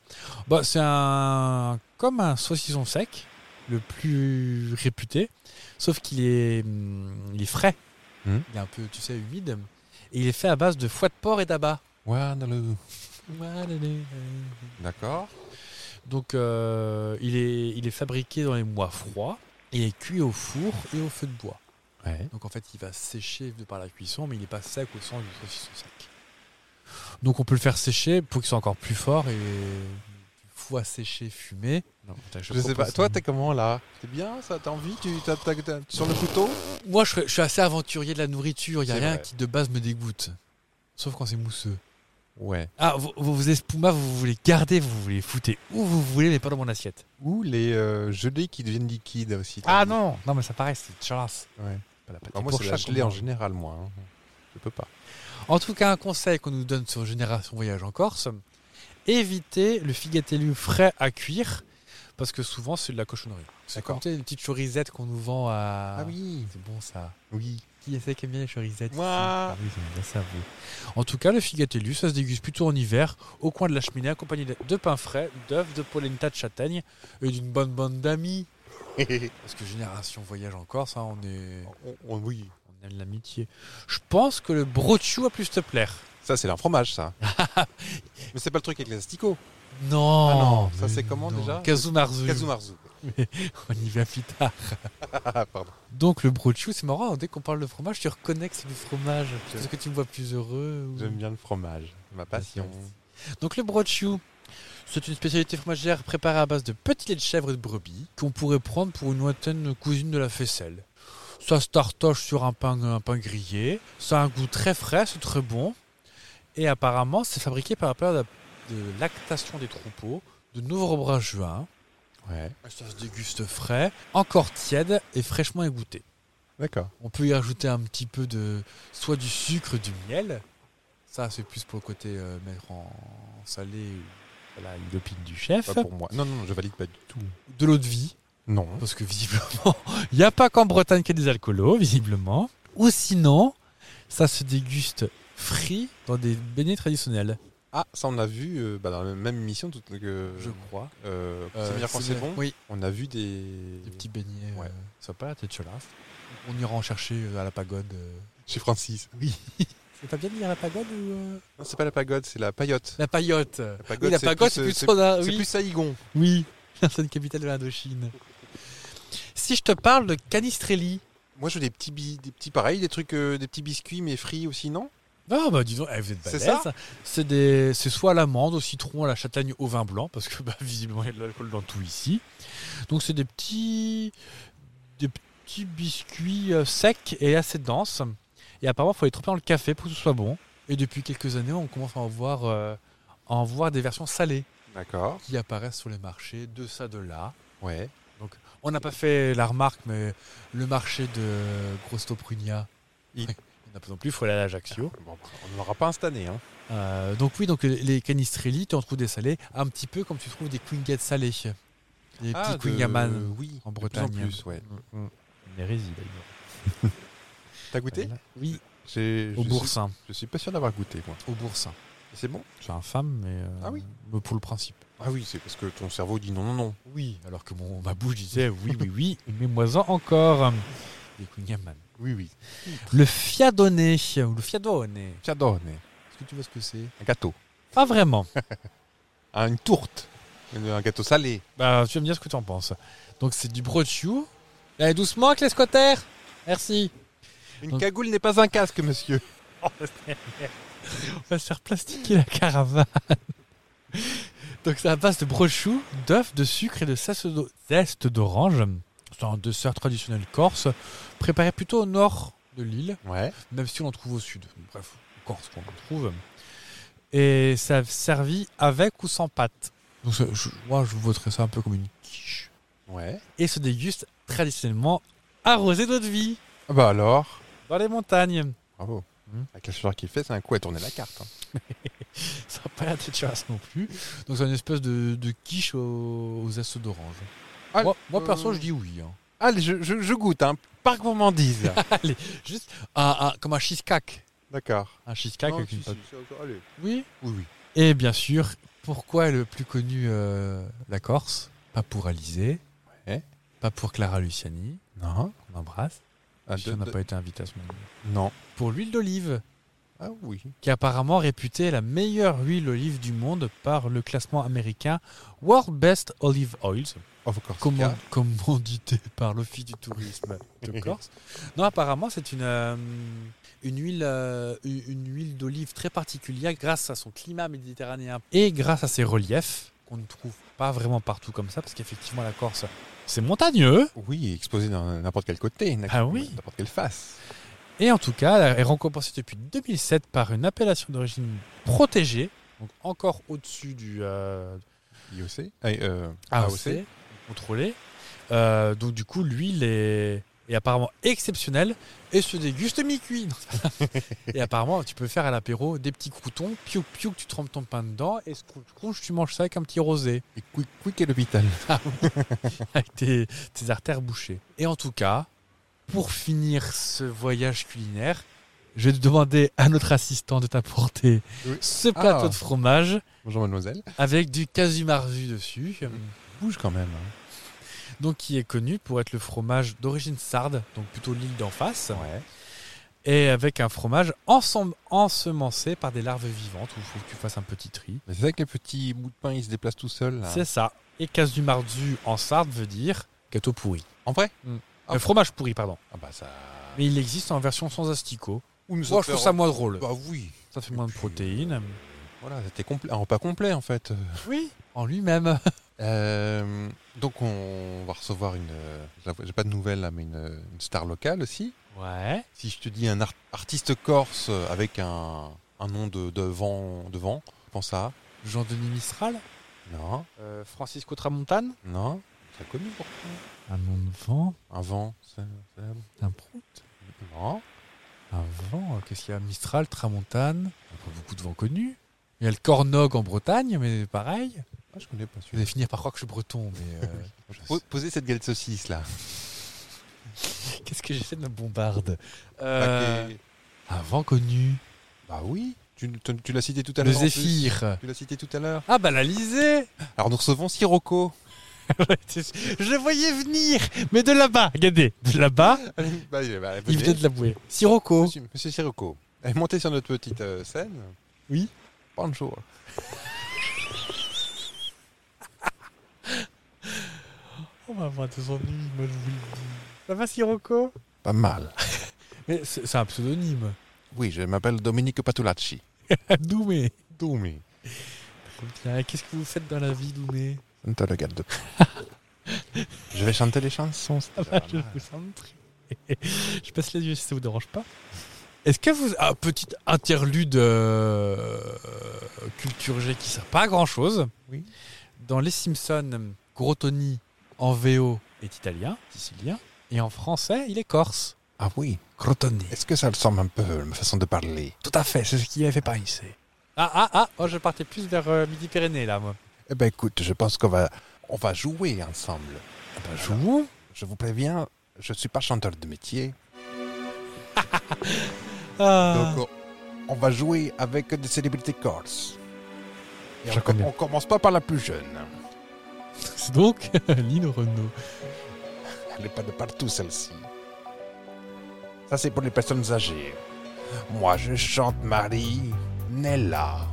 A: bah, C'est un comme un saucisson sec, le plus réputé, sauf qu'il est, hum, il est frais.
B: Hum.
A: Il est un peu, tu sais, humide. Et il est fait à base de foie de porc et d'abat.
B: Ouais, dans le- D'accord.
A: Donc euh, il, est, il est fabriqué dans les mois froids et est cuit au four et au feu de bois.
B: Ouais.
A: Donc en fait, il va sécher de par la cuisson, mais il n'est pas sec au sens du saucisson sec. Donc on peut le faire sécher pour qu'il soit encore plus fort et fois séché, fumé. Non, attends,
B: Je sais
A: propose
B: pas.
A: un-
B: Toi, t'es comment là T'es bien ça T'as envie Tu t'as- t'as- t'as- sur le couteau
A: Moi, je, je suis assez aventurier de la nourriture. Il n'y a
B: C'est
A: rien
B: vrai.
A: qui de base me dégoûte. Sauf quand c'est mousseux.
B: Ouais.
A: Ah, vous, vous, vous espuma, vous voulez garder, vous voulez fouter où vous voulez, mais pas dans mon assiette.
B: Ou les euh, gelées qui deviennent liquides aussi. t'as
A: Ah
B: dit.
A: non Non, mais ça paraît, c'est chance.
B: Ouais.
A: Pas la pâté
B: Bah, moi,
A: pour
B: c'est la
A: chat,
B: gelée
A: qu'on
B: en
A: mange.
B: général, moi. hein. Je peux pas.
A: En tout cas, un conseil qu'on nous donne sur Génération Voyage en Corse évitez le figatellu frais à cuire, parce que souvent c'est de la cochonnerie. C'est
B: D'accord. Ah
A: comme tu sais, une petite chorisette qu'on nous vend à.
B: oui.
A: C'est bon ça.
B: Oui.
A: Qui est-ce qui aime bien les chorisettes
B: Moi.
A: ici Ah oui, j'aime bien ça, vous. En tout cas, le figatellu, ça se déguste plutôt en hiver, au coin de la cheminée, accompagné de de pain frais, d'œufs, de polenta de châtaigne et d'une
B: Oh,
A: bonne bande d'amis. Parce que Génération Voyage en Corse, hein, on est.
B: On- on- oh, oui.
A: On L'amitié. Je pense que le brochu a plus te plaire.
B: Ça, c'est un fromage, ça. Mais c'est pas le truc avec les asticots.
A: Non,
B: Ah non, ça,
A: mais
B: c'est comment,
A: non.
B: déjà
A: Kazumarzu.
B: Kazumarzu.
A: On y va plus tard.
B: Ah, pardon.
A: Donc le brochu, c'est marrant, hein, dès qu'on parle de fromage, tu reconnais que c'est du fromage. Est-ce que tu me vois plus heureux ou-
B: J'aime bien le fromage. Ma passion.
A: Donc le brochu, c'est une spécialité fromagère préparée à base de petits laits de chèvre et de brebis qu'on pourrait prendre pour une lointaine cousine de la faisselle. Ça se tartoche sur un pain, un pain grillé, ça a un goût très frais, c'est très bon. Et apparemment, c'est fabriqué par la période de lactation des troupeaux de novembre à juin.
B: Ouais.
A: Ça se déguste frais, encore tiède et fraîchement égoutté.
B: D'accord.
A: On peut y rajouter un petit peu de soit du sucre, du miel. Ça, c'est plus pour le côté euh, mettre en salé ou voilà, une dopine du chef.
B: Pas pour moi. Non, non, je valide pas du tout.
A: De l'eau de vie,
B: Non.
A: parce que visiblement, il n'y a pas qu'en Bretagne qu'il y a des alcoolos, visiblement. Ou sinon, ça se déguste frit dans des beignets traditionnels,
B: Ah, ça, on a vu euh, bah, dans la même émission. Tout, que,
A: je crois.
B: euh,
A: Euh,
B: c'est meilleur quand c'est
A: bien.
B: bon.
A: Oui,
B: On a vu des.
A: des petits beignets
B: Ouais.
A: euh, sympas, tête cholasse. On ira en chercher euh, à la pagode. euh.
B: Chez Francis. Oui.
A: C'est pas bien de dire la pagode ou... euh,
B: Non, c'est pas la pagode, c'est la paillote.
A: La paillote. La
B: pagode,
A: la
B: c'est
A: pagode,
B: plus,
A: c'est
B: euh,
A: plus, son, hein,
B: C'est
A: oui.
B: plus Saïgon.
A: Oui, l'ancienne capitale de l'Indochine. Si je te parle de Canistrelli.
B: Moi, je veux des petits, bi- des petits pareils, des trucs, euh, des petits biscuits, mais frits aussi, non
A: Non, bah dis donc, eh, vous êtes
B: C'est
A: balèze.
B: ça
A: C'est des- c'est soit à l'amande, au citron, à la châtaigne, au vin blanc, parce que bah, visiblement il y a de l'alcool dans tout ici. Donc c'est des petits, des petits biscuits euh, secs et assez denses. Et apparemment, il faut les tremper dans le café pour que ce soit bon. Et depuis quelques années, on commence à en voir, euh, à en voir des versions salées
B: D'accord.
A: qui apparaissent sur les marchés, de ça, de là.
B: Ouais.
A: On n'a pas fait la remarque, mais le marché de Grostoprunia,
B: Il-
A: on n'a pas non plus, il faut aller à l'Ajaccio.
B: Bon, bah, on n'aura pas installé, hein.
A: Euh, donc oui, donc les canistrelli, tu en trouves des salés, un petit peu comme tu trouves des quinguettes salées. Des petits quingaman
B: Ah, oui,
A: en
B: de plus en
A: Bretagne. Mm,
B: plus, ouais.
A: Hérésie d'ailleurs.
B: T'as goûté
A: Oui,
B: J'ai-
A: au
B: je
A: boursin.
B: Suis, je suis pas sûr d'avoir goûté, moi.
A: Au boursin.
B: C'est bon
A: C'est infâme, mais, euh,
B: Ah oui.
A: mais pour le principe.
B: Ah oui, c'est parce que ton cerveau dit non, non, non.
A: Oui, alors que mon, ma bouche disait oui, oui, oui, mais moi-en encore. Des quingaman.
B: Oui, oui.
A: Le fiadonné, ou le fiadone. Est-ce
B: J'adore,
A: que tu vois ce que c'est
B: un gâteau.
A: Pas vraiment.
B: Ah, une tourte. Une- Un gâteau salé.
A: Bah, tu vas me dire ce que tu en penses. Donc, c'est du brochu. Allez, doucement avec les squatters. Merci.
B: Une
A: Donc-
B: cagoule n'est pas un casque, monsieur.
A: On va se faire plastiquer la caravane. Donc, ça passe de brochu, d'œufs, de sucre et de zeste d'o- zeste d'orange. C'est un dessert traditionnel corse, préparé plutôt au nord de l'île,
B: Ouais.
A: même si on en trouve au sud. Bref, au Corse qu'on en trouve. Et ça servi avec ou sans pâte. Donc, ça- je- moi, je voterais ça un peu comme une quiche.
B: Ouais.
A: et se déguste traditionnellement arrosé d'eau de vie
B: Ah bah alors.
A: dans les montagnes.
B: Bravo.
A: Hmm.
B: Avec la chaleur qu'il fait, c'est un coup à tourner la carte. hein.
A: Ça n'a pas l'air d'être chasse non plus. Donc c'est une espèce de, de quiche aux, aux zestes d'orange.
B: Ah,
A: moi, moi, perso,
B: euh,
A: je dis oui. hein.
B: Allez, je, je- je goûte, hein. Parc gourmandise.
A: Juste un- un- comme un cheesecake.
B: D'accord.
A: Un cheesecake
B: Non,
A: avec
B: Ah, si,
A: une
B: si,
A: pâte.
B: ça- ça- allez.
A: Oui.
B: Oui, oui.
A: Et bien sûr, pourquoi est le plus connu euh, la Corse Pas pour Alizé.
B: Ouais.
A: Pas pour Clara Luciani,
B: Non.
A: qu'on embrasse.
B: Ah,
A: Puis
B: de-
A: on n'a
B: de-
A: pas été invité à ce moment
B: Non.
A: Pour l'huile d'olive.
B: Ah oui.
A: qui est apparemment réputée la meilleure huile olive du monde par le classement américain World Best Olive Oils,
B: Of course.
A: command- commandité par l'Office du tourisme de Corse. Non, apparemment, c'est une, euh, une huile, euh, une une huile d'olive très particulière grâce à son climat méditerranéen et grâce à ses reliefs qu'on ne trouve pas vraiment partout comme ça, parce qu'effectivement, la Corse, c'est montagneux.
B: Oui, exposé dans n'importe quel côté, n'importe-
A: Ah oui.
B: n'importe quelle face.
A: Et en tout cas, elle est récompensée depuis 2007 par une appellation d'origine protégée, donc encore au-dessus du, euh,
B: IOC Ah, euh,
A: AOC, contrôlé. Euh, donc du coup, l'huile est, est apparemment exceptionnelle et se déguste mi-cuit. Non, c'est pas ça. et apparemment, tu peux faire à l'apéro des petits croutons, piou piou, tu trempes ton pain dedans et scrouche, scrouche, tu manges ça avec un petit rosé,
B: Et quick, quick est l'hôpital.
A: avec tes, tes artères bouchées. Et en tout cas, pour finir ce voyage culinaire, je vais te demander à notre assistant de t'apporter
B: Oui.
A: ce plateau
B: Ah.
A: de fromage
B: Bonjour mademoiselle.
A: avec du casumarzu dessus.
B: Bouge quand même. hein.
A: donc qui est connu pour être le fromage d'origine sarde, donc plutôt l'île d'en face,
B: Ouais.
A: et avec un fromage ensem- ensemencé par des larves vivantes. Il faut que tu fasses un petit tri.
B: Mais C'est vrai que les petits bouts de pain, ils se déplacent tout seuls. là.
A: C'est ça. Et casse du mardu en sarde veut dire gâteau pourri.
B: En vrai Ah.
A: Euh, fromage pourri, pardon.
B: Ah bah ça. Oh,
A: Mais il existe en version sans asticot.
B: Ou nous
A: Moi, je trouve ça moins drôle.
B: Bah oui.
A: Ça fait moins de
B: puis,
A: protéines.
B: Voilà, c'était complet, un repas complet en fait.
A: Oui, en lui-même.
B: Euh, donc on va recevoir une, euh, j'avoue, j'ai pas de nouvelles là, mais une, une star locale aussi.
A: Ouais.
B: Si je te dis un art- artiste corse avec un, un nom de, de vent, de vent, pense à
A: Jean-Denis Mistral.
B: non,
A: Euh, Francisco Tramontane.
B: non, ça connu pourtant.
A: Un nom de vent.
B: Un vent, c'est- c'est-
A: Un prout.
B: non,
A: Un vent. euh, Qu'est-ce qu'il y a Mistral, Tramontane. Il y a Pas beaucoup de vents connus. Il y a le Cornog en Bretagne, mais pareil.
B: Ah, je connais pas
A: Vous allez
B: celui-là.
A: finir par croire que je suis breton, mais. euh, je
B: Po- Posez cette galette saucisse là.
A: sais- Qu'est-ce que j'ai fait de ma bombarde Euh,
B: Paquet.
A: Un vent connu.
B: Bah oui, tu, tu- tu l'as cité tout à
A: Le
B: l'heure. en plus.
A: Zéphyr.
B: Tu l'as cité tout à l'heure.
A: Ah bah l'Alizé
B: Alors nous recevons Sirocco.
A: Je le voyais venir Mais de là-bas, regardez De là-bas,
B: Bah, bah,
A: il
B: venez.
A: venait de la bouée. Sirocco
B: Monsieur, Monsieur Sirocco, elle est montée sur notre petite euh, scène.
A: Oui.
B: Pancho.
A: Oh maman, t'es revenu, moi je vous le dis. Ça va Sirocco
B: Pas mal.
A: Mais c'est c'est un pseudonyme.
B: Oui, je m'appelle Dominique Patulacci.
A: Doumé
B: Doumi.
A: Tiens, Qu'est-ce que vous faites dans la vie, Doumé
B: Ça ne te regarde pas. je vais chanter les chansons. c'est déjà pas
A: Je
B: mal.
A: vous en prie. Je passe les yeux si ça vous dérange pas. Est-ce que vous... Ah, petite interlude euh, culture G qui sert pas à grand-chose.
B: Oui.
A: Dans Les Simpsons, Gros Tony en VO est italien, sicilien, et en français, il est corse.
B: Ah oui.
A: Gros Tony.
B: Est-ce que ça ressemble un peu à ma façon de parler
A: Tout à fait, c'est ce qu'il avait pas ici. Ah, ah, ah, oh, je partais plus vers euh, Midi-Pyrénées, là, moi.
B: Eh ben écoute, je pense qu'on va, on va jouer ensemble.
A: Jouons
B: Je vous préviens, je ne suis pas chanteur de métier.
A: Ah.
B: Donc on, on va jouer avec des célébrités corses. Et
A: Je
B: on, com-
A: connais.
B: on commence pas par la plus jeune.
A: C'est donc Lino Renault.
B: Elle n'est pas de partout, celle-ci. Ça, c'est pour les personnes âgées. Moi, je chante Marie, Nella.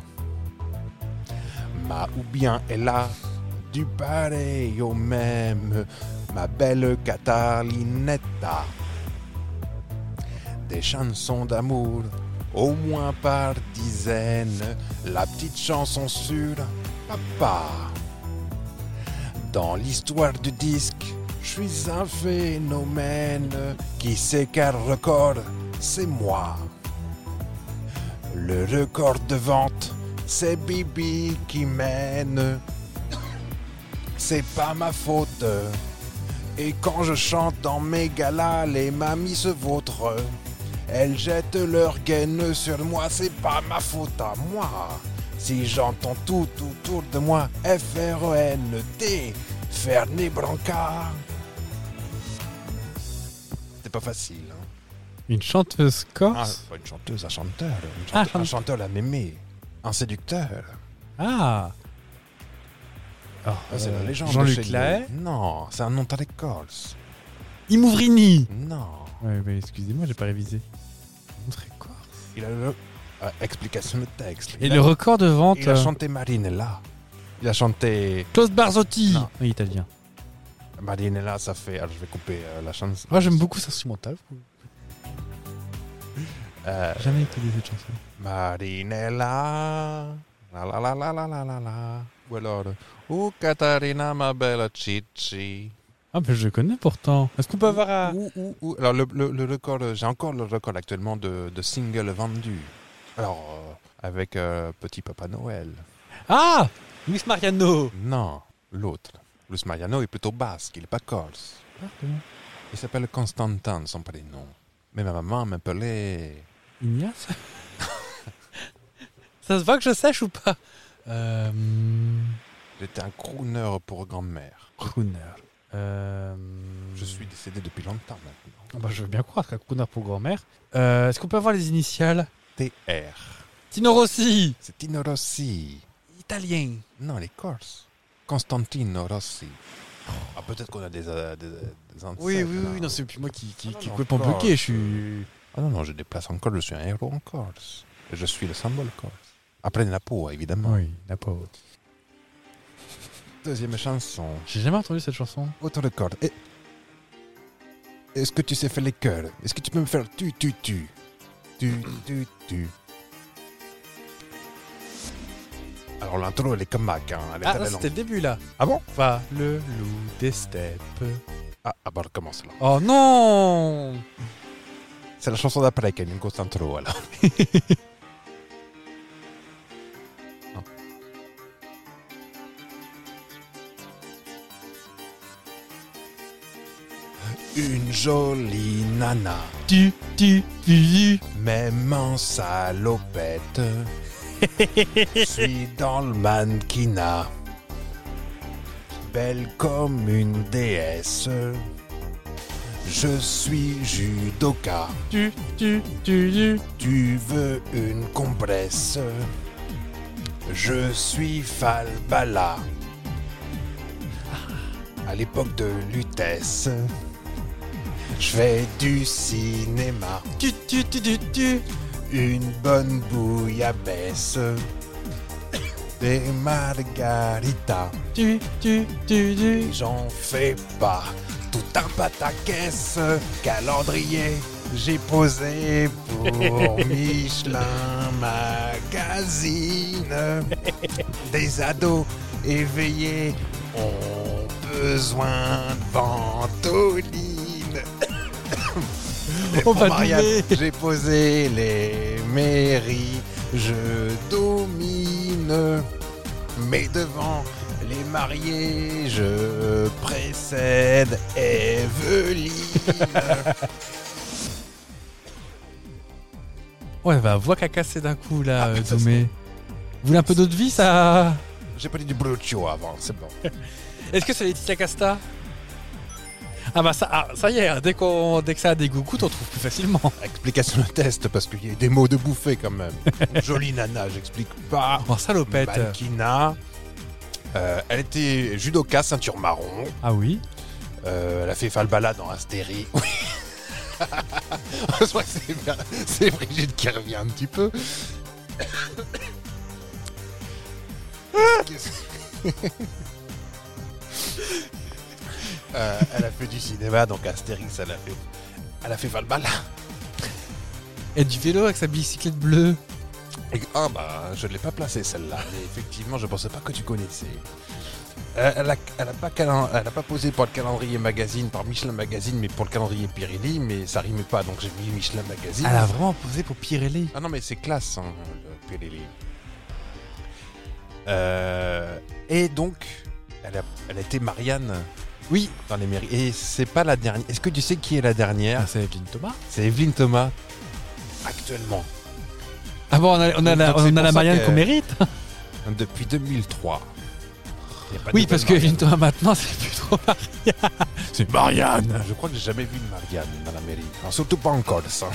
B: Ma ou bien Ella, du pareil au même, ma belle Catalinetta. Des chansons d'amour, au moins par dizaines, la petite chanson sur papa. Dans l'histoire du disque, je suis un phénomène qui sait qu'un record, c'est moi. Le record de vente, c'est Bibi qui mène. C'est pas ma faute. Et quand je chante dans mes galas, les mamies se vautrent. Elles jettent leur gaine sur moi, c'est pas ma faute à moi. Si j'entends tout autour de moi, E F-R-E-N-T, Fernet Branca. C'était pas facile. Hein.
A: Une chanteuse corse
B: pas une chanteuse, un chanteur. Une
A: Hein Ah,
B: chante- un
A: chante-
B: chanteur à mémé. Un séducteur.
A: Ah
B: Ah, c'est la légende. de chez
A: Euh, Jean-Luc
B: nous.
A: Lahaye
B: Non, c'est un nom de Corse.
A: Imouvrini
B: Non.
A: Ouais, mais excusez-moi, j'ai pas révisé. Montrez quoi
B: Il a le. Ah, explication de texte.
A: Et
B: Il a-
A: le record de vente
B: Il a
A: euh,
B: chanté Marinella. Il a chanté
A: Klaus Barzotti
B: Non.
A: Oui, italien.
B: Marinella, ça fait. Alors je vais couper euh, la chanson.
A: Moi, j'aime beaucoup cet instrumental.
B: Euh,
A: Jamais écouté cette chanson.
B: Marinella. La la la la la la la la. Ou alors. Ou Katarina, ma bella Chichi.
A: Ah, mais je le connais pourtant. Est-ce qu'on peut avoir un...
B: Ou, ou, ou. Alors le, le- le record, euh, j'ai encore le record actuellement de, de single vendu. Alors, euh, avec euh, Petit Papa Noël.
A: Ah Luis Mariano
B: Non, l'autre. Luis Mariano est plutôt basque, il n'est pas corse.
A: Pardon.
B: Il s'appelle Constantin, son prénom. Mais ma maman m'appelait.
A: Ignace Ça se voit que je sèche ou pas Euh...
B: J'étais un crooner pour grand-mère.
A: Crooner. Euh...
B: Je suis décédé depuis longtemps maintenant.
A: Ah bah, je veux bien croire qu'un crooner pour grand-mère. Euh, Est-ce qu'on peut avoir les initiales
B: TR.
A: Tino Rossi
B: C'est Tino Rossi.
A: Italien
B: Non, les Corses. Constantino Rossi. Ah, peut-être qu'on a des, euh, des, des ancêtres,
A: Oui, oui,
B: là.
A: oui, non, c'est plus moi qui, qui,
B: Ah non,
A: qui
B: non,
A: complètement
B: encore,
A: bloqué. Je
B: je-
A: suis.
B: Ah non, non, je déplace encore, je suis un héros en Corse. Et je suis le symbole corse. Après Napo, évidemment.
A: Oui, n'a pas.
B: Deuxième chanson,
A: J'ai jamais entendu cette chanson.
B: autour de cordes. Et- Est-ce que tu sais faire les chœurs Est-ce que tu peux me faire tu, tu, tu Tu, tu, tu. Alors l'intro, elle est comme Mac, hein. elle est
A: Ah,
B: très
A: c'était
B: longue.
A: le début là.
B: Ah bon
A: Va le loup des steppes.
B: Ah, ah bah elle commence là.
A: Oh non
B: C'est la chanson d'après qui a une grosse intro, alors. Non. Une jolie nana,
A: Tu, tu, tu, tu.
B: même en salopette. Suis dans le mannequinat, belle comme une déesse. Je suis judoka.
A: Tu, tu, tu, tu.
B: Tu veux une compresse Je suis Falbala. À l'époque de Lutèce, je fais du cinéma.
A: Tu, tu, tu, tu, tu.
B: Une bonne bouillabaisse. Des margaritas.
A: Tu, tu, tu, tu.
B: Et j'en fais pas tout un pataquès calendrier j'ai posé pour Michelin Magazine des ados éveillés ont besoin de ventoline Et
A: On
B: pour
A: va
B: Marianne,
A: dîner.
B: j'ai posé les mairies je domine mais devant les mariés, je précède Evelyne.
A: Ouais, bah, voix qu'a cassé d'un coup là,
B: Ah,
A: euh,
B: putain,
A: Doumé. Vous voulez un peu d'eau de vie ça
B: J'ai pas dit du Broccio avant, c'est bon.
A: Est-ce que c'est Laetitia Casta Ah bah ça, ah, ça y est, hein, dès, qu'on- dès que ça a des goûts, on trouve plus facilement.
B: Explication de test, parce qu'il y a des mots de bouffée quand même. Jolie nana, j'explique pas.
A: En salopette.
B: Balkina. Euh, elle était judoka, ceinture marron.
A: Ah oui
B: Euh, elle a fait Falbala dans Astéry. Oui. Je crois que c'est- c'est Brigitte qui revient un petit peu. Qu'est-ce que- Euh, elle a fait du cinéma, donc Astérix, elle a fait, elle a fait Valbala.
A: Et du vélo avec sa bicyclette bleue.
B: Et- Ah bah, je ne l'ai pas placée celle-là. Mais Effectivement, je pensais pas que tu connaissais. Euh, elle n'a elle a pas, calen- elle a pas posé pour le calendrier magazine, par Michelin Magazine, mais pour le calendrier Pirelli, mais ça rime pas, donc j'ai mis Michelin Magazine.
A: Elle a vraiment posé pour Pirelli.
B: Ah non, mais c'est classe, hein, le Pirelli. Euh, et donc, elle a, elle a été Marianne
A: Oui.
B: dans les mairies. Et c'est pas la dernière. Est-ce que tu sais qui est la dernière
A: Ah, c'est Evelyne Thomas.
B: C'est Evelyne Thomas, actuellement.
A: Ah bon, on a, on a la,
B: Donc, c'est
A: on a
B: pour
A: la
B: ça
A: Marianne
B: que-
A: qu'on mérite.
B: depuis 2003. Il y a pas de
A: Oui,
B: nouvelle
A: parce que
B: Marianne.
A: Evelyne Thomas maintenant, c'est plus trop Marianne. C'est Marianne
B: Je crois que j'ai jamais vu de Marianne dans la mairie. Enfin, surtout pas en Corse. hein.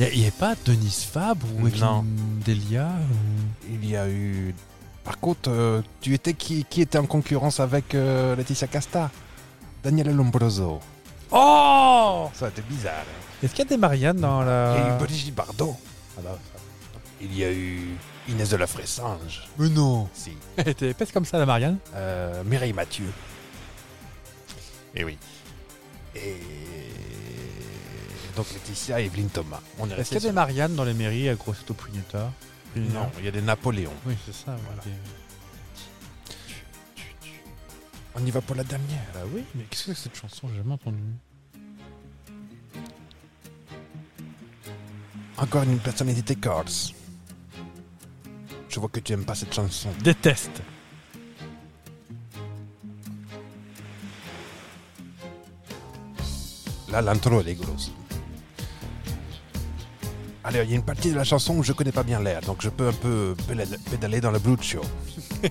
A: Il n'y a, pas Denise Fab ou
B: Non.
A: Evelyne Delia euh. ou-
B: Il y a eu. Par contre, euh, tu étais qui, qui était en concurrence avec euh, Laetitia Casta Daniela Lombroso.
A: Oh
B: Ça a été bizarre. hein.
A: Est-ce qu'il y a des Marianne dans
B: Il y a eu
A: la...
B: Brigitte Bardot. Il y a eu Inès de la Fressange.
A: Mais non
B: Si.
A: Elle était épaisse comme ça, la Marianne
B: Euh, Mireille Mathieu. Et oui. Et. Donc Laetitia et Evelyne Thomas. On est
A: Est-ce
B: resté
A: qu'il y a des
B: sur-
A: Marianne dans les mairies à Grosseto Pugnetta
B: Non, il y a des Napoléons.
A: Oui, c'est ça. ouais,
B: Voilà.
A: des-
B: On y va pour la dernière.
A: Bah oui, mais qu'est-ce que c'est que cette chanson J'ai jamais entendu.
B: Encore une personnalité corse. Je vois que tu aimes pas cette chanson.
A: Déteste
B: Là, l'intro, elle est grosse. Allez, il y a une partie de la chanson où je connais pas bien l'air, donc je peux un peu pédale- pédaler dans le show.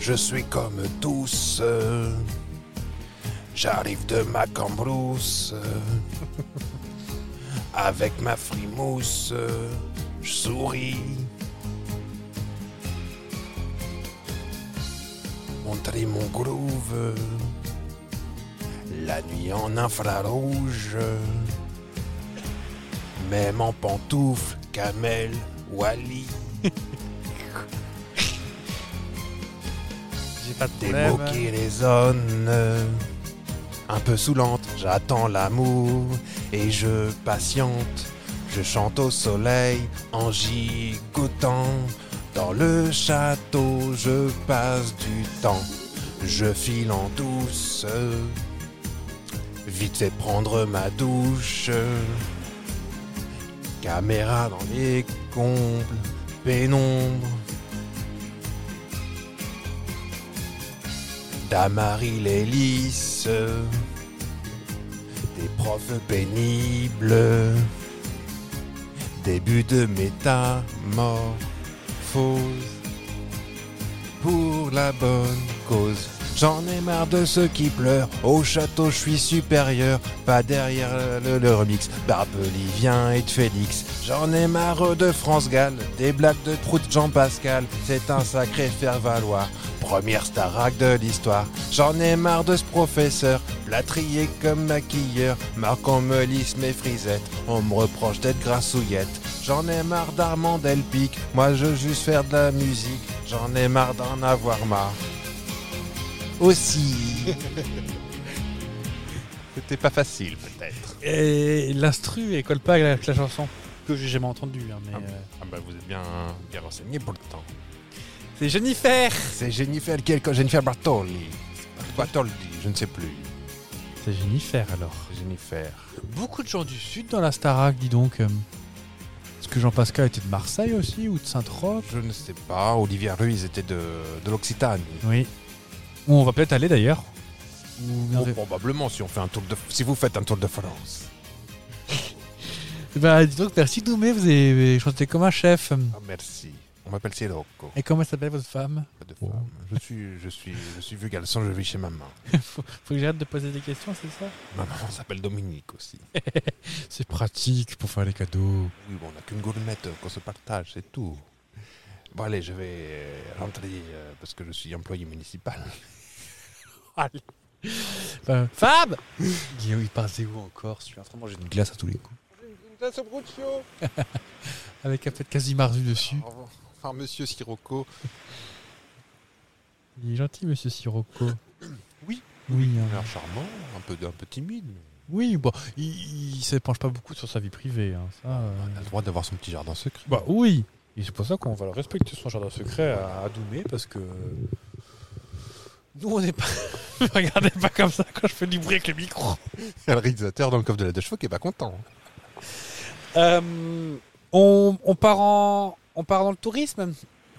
B: je suis comme tous. euh, J'arrive de ma cambrousse. euh, Avec ma frimousse, euh, je souris. montrer mon groove. La nuit en infrarouge. Même en pantoufles, camel, wally.
A: J'ai pas de
B: Des
A: problème.
B: mots qui résonnent. Un peu saoulante, j'attends l'amour et je patiente. Je chante au soleil en gigotant. Dans le château, je passe du temps. Je file en douce. Vite fait prendre ma douche. Caméra dans les combles, pénombre. Damary les lisses, des profs pénibles, début de métamorphose pour la bonne cause. J'en ai marre de ceux qui pleurent, au château je suis supérieur, pas derrière le, le remix, d'Arbelivien et de Félix. J'en ai marre de France Gall, des blagues de prout de Jean-Pascal, c'est un sacré faire-valoir. Première starac de l'histoire. J'en ai marre de ce professeur, plâtrier comme maquilleur. Marc, on me lisse mes frisettes, on me reproche d'être grassouillette. J'en ai marre d'Armand Delpic, moi je veux juste faire de la musique. J'en ai marre d'en avoir marre. Aussi. C'était pas facile peut-être.
A: Et l'astru et colle pas avec la chanson que j'ai jamais entendue. hein, mais,
B: Ah,
A: euh,
B: Ah bah vous êtes bien, bien renseigné pour le temps.
A: C'est Jennifer
B: C'est Jennifer quelque Jennifer Bartoli. Bartoli, je ne sais plus.
A: C'est Jennifer alors.
B: Jennifer.
A: Beaucoup de gens du sud dans la Starac, dis donc. euh, Est-ce que Jean-Pascal était de Marseille aussi ou de Saint-Trope
B: Je ne sais pas, Olivier Ruiz était de, de l'Occitanie.
A: Oui. Où on va peut-être aller d'ailleurs. Ou bien
B: Oh,
A: de-
B: probablement si on fait un tour de si vous faites un tour de France.
A: Bah dis donc, merci Doumé, vous avez chanté comme un chef.
B: Ah, merci. On m'appelle Sirocco.
A: Et comment s'appelle votre femme
B: Pas de
A: Oh.
B: femme. Je suis je suis je suis vieux garçon, je vis chez maman.
A: Faut que j'arrête de poser des questions, c'est ça
B: Ma maman s'appelle Dominique aussi.
A: C'est pratique pour faire les cadeaux.
B: Oui, bon, on n'a qu'une gourmette qu'on se partage, c'est tout. Bon allez, je vais euh, rentrer euh, parce que je suis employé municipal.
A: Ah, Enfin, femme Guillaume, il passait où encore Je suis en train de manger une glace à tous les coups. Avec un peu de Casimardu dessus.
B: Enfin, monsieur Sirocco.
A: Il est gentil, monsieur Sirocco.
B: Oui.
A: Oui, hein.
B: Il a l'air charmant, un peu un peu timide. mais
A: oui bon, il, il se penche pas beaucoup sur sa vie privée. hein, ça, euh.
B: On a le droit d'avoir son petit jardin secret.
A: Bah oui Et c'est pour ça qu'on va le respecter son jardin secret à, à Doumé, parce que. Nous, on n'est pas. Regardez pas comme ça quand je fais du bruit avec le micro
B: le réalisateur dans le coffre de la deux chevaux qui est pas content.
A: Euh, on, on part en, on part dans le tourisme,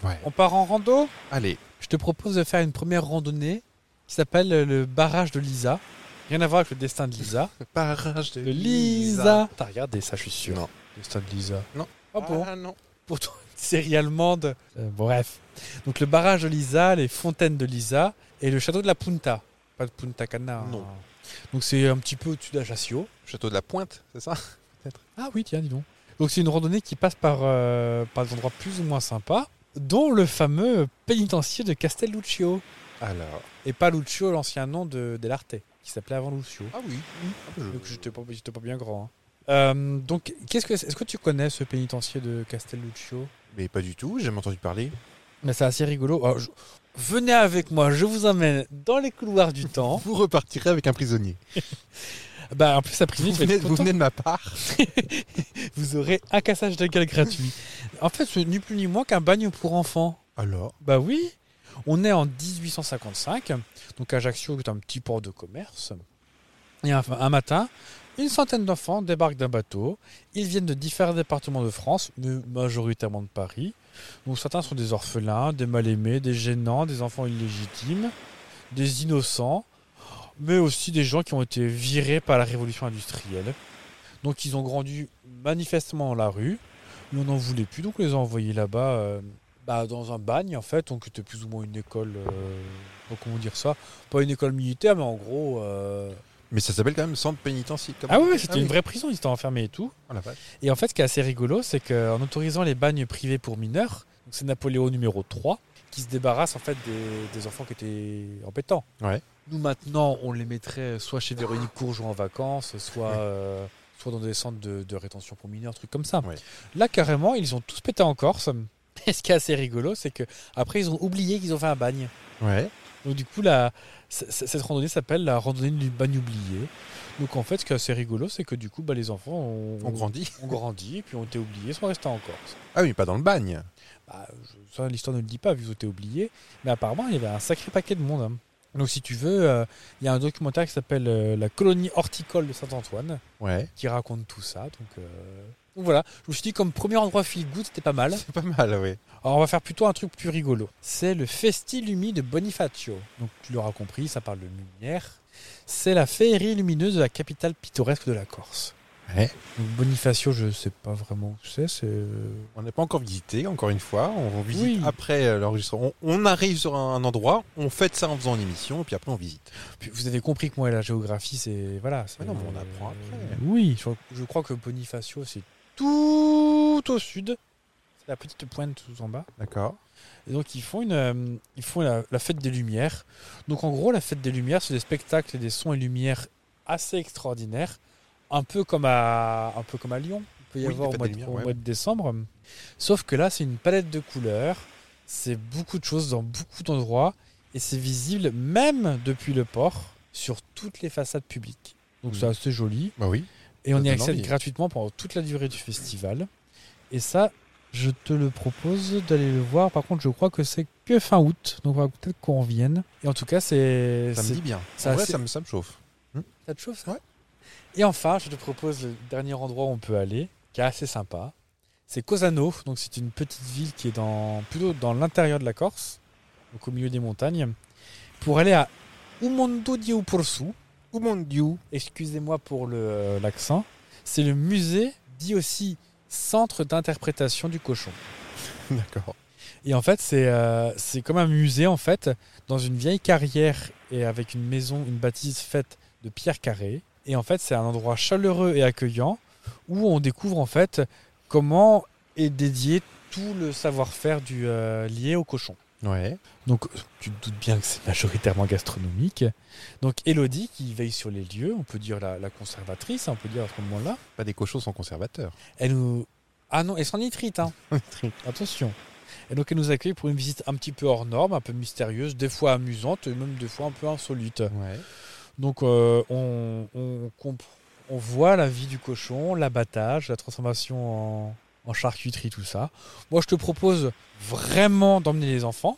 B: Ouais.
A: on part en rando.
B: Allez,
A: Je te propose de faire une première randonnée qui s'appelle euh, le barrage de Lisa. Rien à voir avec le destin de Lisa.
B: barrage
A: De Lisa. T'as regardé ça, je suis sûr.
B: Non.
A: Le destin de Lisa.
B: Non.
A: Ah bon
B: Ah non.
A: Pourtant, une série allemande. Euh, bref. Donc le barrage de Lisa, les fontaines de Lisa et le château de la Punta. Pas de Punta Cana. hein.
B: Non.
A: Donc c'est un petit peu au-dessus d'Ajaccio.
B: Château de la Pointe, c'est ça
A: Ah oui, tiens, dis donc. Donc c'est une randonnée qui passe par, euh, par des endroits plus ou moins sympas, dont le fameux pénitencier de Castelluccio.
B: Alors.
A: Et pas Lucio, l'ancien nom de Delarte, qui s'appelait avant Lucio.
B: Ah oui.
A: Donc j'étais pas, j'étais pas bien grand. hein. Euh, donc, qu'est-ce que, est-ce que tu connais ce pénitencier de Castelluccio
B: Mais pas du tout, j'ai jamais entendu parler.
A: Mais c'est assez rigolo. Alors, Ah, je- Venez avec moi, je vous emmène dans les couloirs du temps.
B: Vous repartirez avec un prisonnier.
A: Bah, en plus, à prison,
B: Vous
A: tu vas
B: venez,
A: être
B: vous
A: content.
B: venez de ma part.
A: vous aurez un cassage de gueule gratuit. En fait, c'est ni plus ni moins qu'un bagne pour enfants.
B: Alors
A: Bah oui, on est en 1855, donc Ajaccio est un petit port de commerce. Et un, un matin, une centaine d'enfants débarquent d'un bateau. Ils viennent de différents départements de France, mais majoritairement de Paris. Donc certains sont des orphelins, des mal-aimés, des gênants, des enfants illégitimes, des innocents, mais aussi des gens qui ont été virés par la révolution industrielle. Donc ils ont grandi manifestement dans la rue, mais on n'en voulait plus, donc on les a envoyés là-bas euh, bah, dans un bagne en fait, donc c'était plus ou moins une école, euh, donc, comment dire ça, pas une école militaire, mais en gros. euh,
B: Mais ça s'appelle quand même centre pénitentiaire.
A: Ah ouais, ouais, c'était une vraie prison, ils étaient enfermés et tout.
B: Oh la vache.
A: Et en fait, ce qui est assez rigolo, c'est qu'en autorisant les bagnes privés pour mineurs, donc c'est Napoléon numéro 3, qui se débarrasse en fait des, des enfants qui étaient embêtants.
B: Ouais.
A: Nous maintenant, on les mettrait soit chez Véronique Courgeot en vacances, soit, euh, soit dans des centres de, de rétention pour mineurs, trucs comme ça.
B: Ouais.
A: Là carrément, ils ont tous pété en Corse. Et ce qui est assez rigolo, c'est que après ils ont oublié qu'ils ont fait un bagne.
B: Ouais.
A: Donc du coup, la, c- c- cette randonnée s'appelle la randonnée du bagne oublié. Donc en fait, ce qui est assez rigolo, c'est que du coup, bah, les enfants ont,
B: On grandit.
A: ont grandi, et puis ont été oubliés, sont restés en Corse.
B: Ah oui, pas dans le bagne.
A: Bah, je- ça, l'histoire ne le dit pas, vu qu'ils ont été oubliés. Mais apparemment, il y avait un sacré paquet de monde. hein. Donc si tu veux, euh, il y a un documentaire qui s'appelle euh, La colonie horticole de Saint-Antoine,
B: Ouais.
A: qui raconte tout ça. Donc, euh, donc voilà, je me suis dit comme premier endroit feel good, c'était pas mal.
B: C'est pas mal, oui.
A: Alors on va faire plutôt un truc plus rigolo. C'est le Festilumi de Bonifacio. Donc tu l'auras compris, ça parle de lumière. C'est la féerie lumineuse de la capitale pittoresque de la Corse.
B: Ouais.
A: Donc, Bonifacio, je sais pas vraiment où c'est. euh, C'est
B: On n'a pas encore visité, encore une fois. On visite
A: Oui.
B: après euh, l'enregistrement. On, on arrive sur un, un endroit, on fait ça en faisant une émission, puis après on visite.
A: Puis vous avez compris que moi, la géographie, c'est. Voilà. c'est-
B: Ouais, non, mais on apprend après.
A: Oui, je, je crois que Bonifacio, c'est tout au sud. C'est la petite pointe tout en bas.
B: D'accord.
A: Et donc, ils font, une, euh, ils font la, la fête des Lumières. Donc, en gros, la fête des Lumières, c'est des spectacles et des sons et lumières assez extraordinaires. Un peu comme à, un peu comme à Lyon. Il peut y
B: Oui,
A: avoir au,
B: la fête
A: mois
B: des
A: de,
B: Lumières,
A: au
B: ouais.
A: mois de décembre. Sauf que là, c'est une palette de couleurs. C'est beaucoup de choses dans beaucoup d'endroits. Et c'est visible même depuis le port sur toutes les façades publiques. Donc,
B: Mhm.
A: c'est assez joli.
B: Bah oui.
A: Et
B: Ça
A: on y
B: donne
A: accède
B: envie.
A: gratuitement pendant toute la durée du festival. Et ça, je te le propose d'aller le voir. Par contre, je crois que c'est que fin août. Donc, on va peut-être qu'on revienne. Et en tout cas, c'est.
B: Ça me
A: c'est-
B: dit bien.
A: c'est
B: En vrai,
A: assez-
B: ça me, ça me chauffe.
A: Ça te chauffe, ça
B: Ouais.
A: Et enfin, je te propose le dernier endroit où on peut aller, qui est assez sympa. C'est Cosano. Donc, c'est une petite ville qui est dans, plutôt dans l'intérieur de la Corse, donc au milieu des montagnes, pour aller à Umondo di Oporsu.
B: Oh mon dieu.
A: excusez-moi pour le, euh, l'accent, c'est le musée, dit aussi centre d'interprétation du cochon.
B: D'accord.
A: Et en fait, c'est euh, c'est comme un musée, en fait, dans une vieille carrière et avec une maison, une bâtisse faite de pierre carrée. Et en fait, c'est un endroit chaleureux et accueillant où on découvre, en fait, comment est dédié tout le savoir-faire du euh, lié au cochon.
B: Ouais.
A: Donc tu te doutes bien que c'est majoritairement gastronomique. Donc Elodie qui veille sur les lieux, on peut dire la, la conservatrice, on peut dire à ce moment-là,
B: Pas des cochons sans conservateur.
A: elle nous... Ah non, elle s'en nitrite, hein. attention. Et donc elle nous accueille pour une visite un petit peu hors norme, un peu mystérieuse, des fois amusante et même des fois un peu insolite.
B: Ouais.
A: Donc euh, on, on, comp- on voit la vie du cochon, l'abattage, la transformation en, en charcuterie, tout ça. Moi je te propose vraiment d'emmener les enfants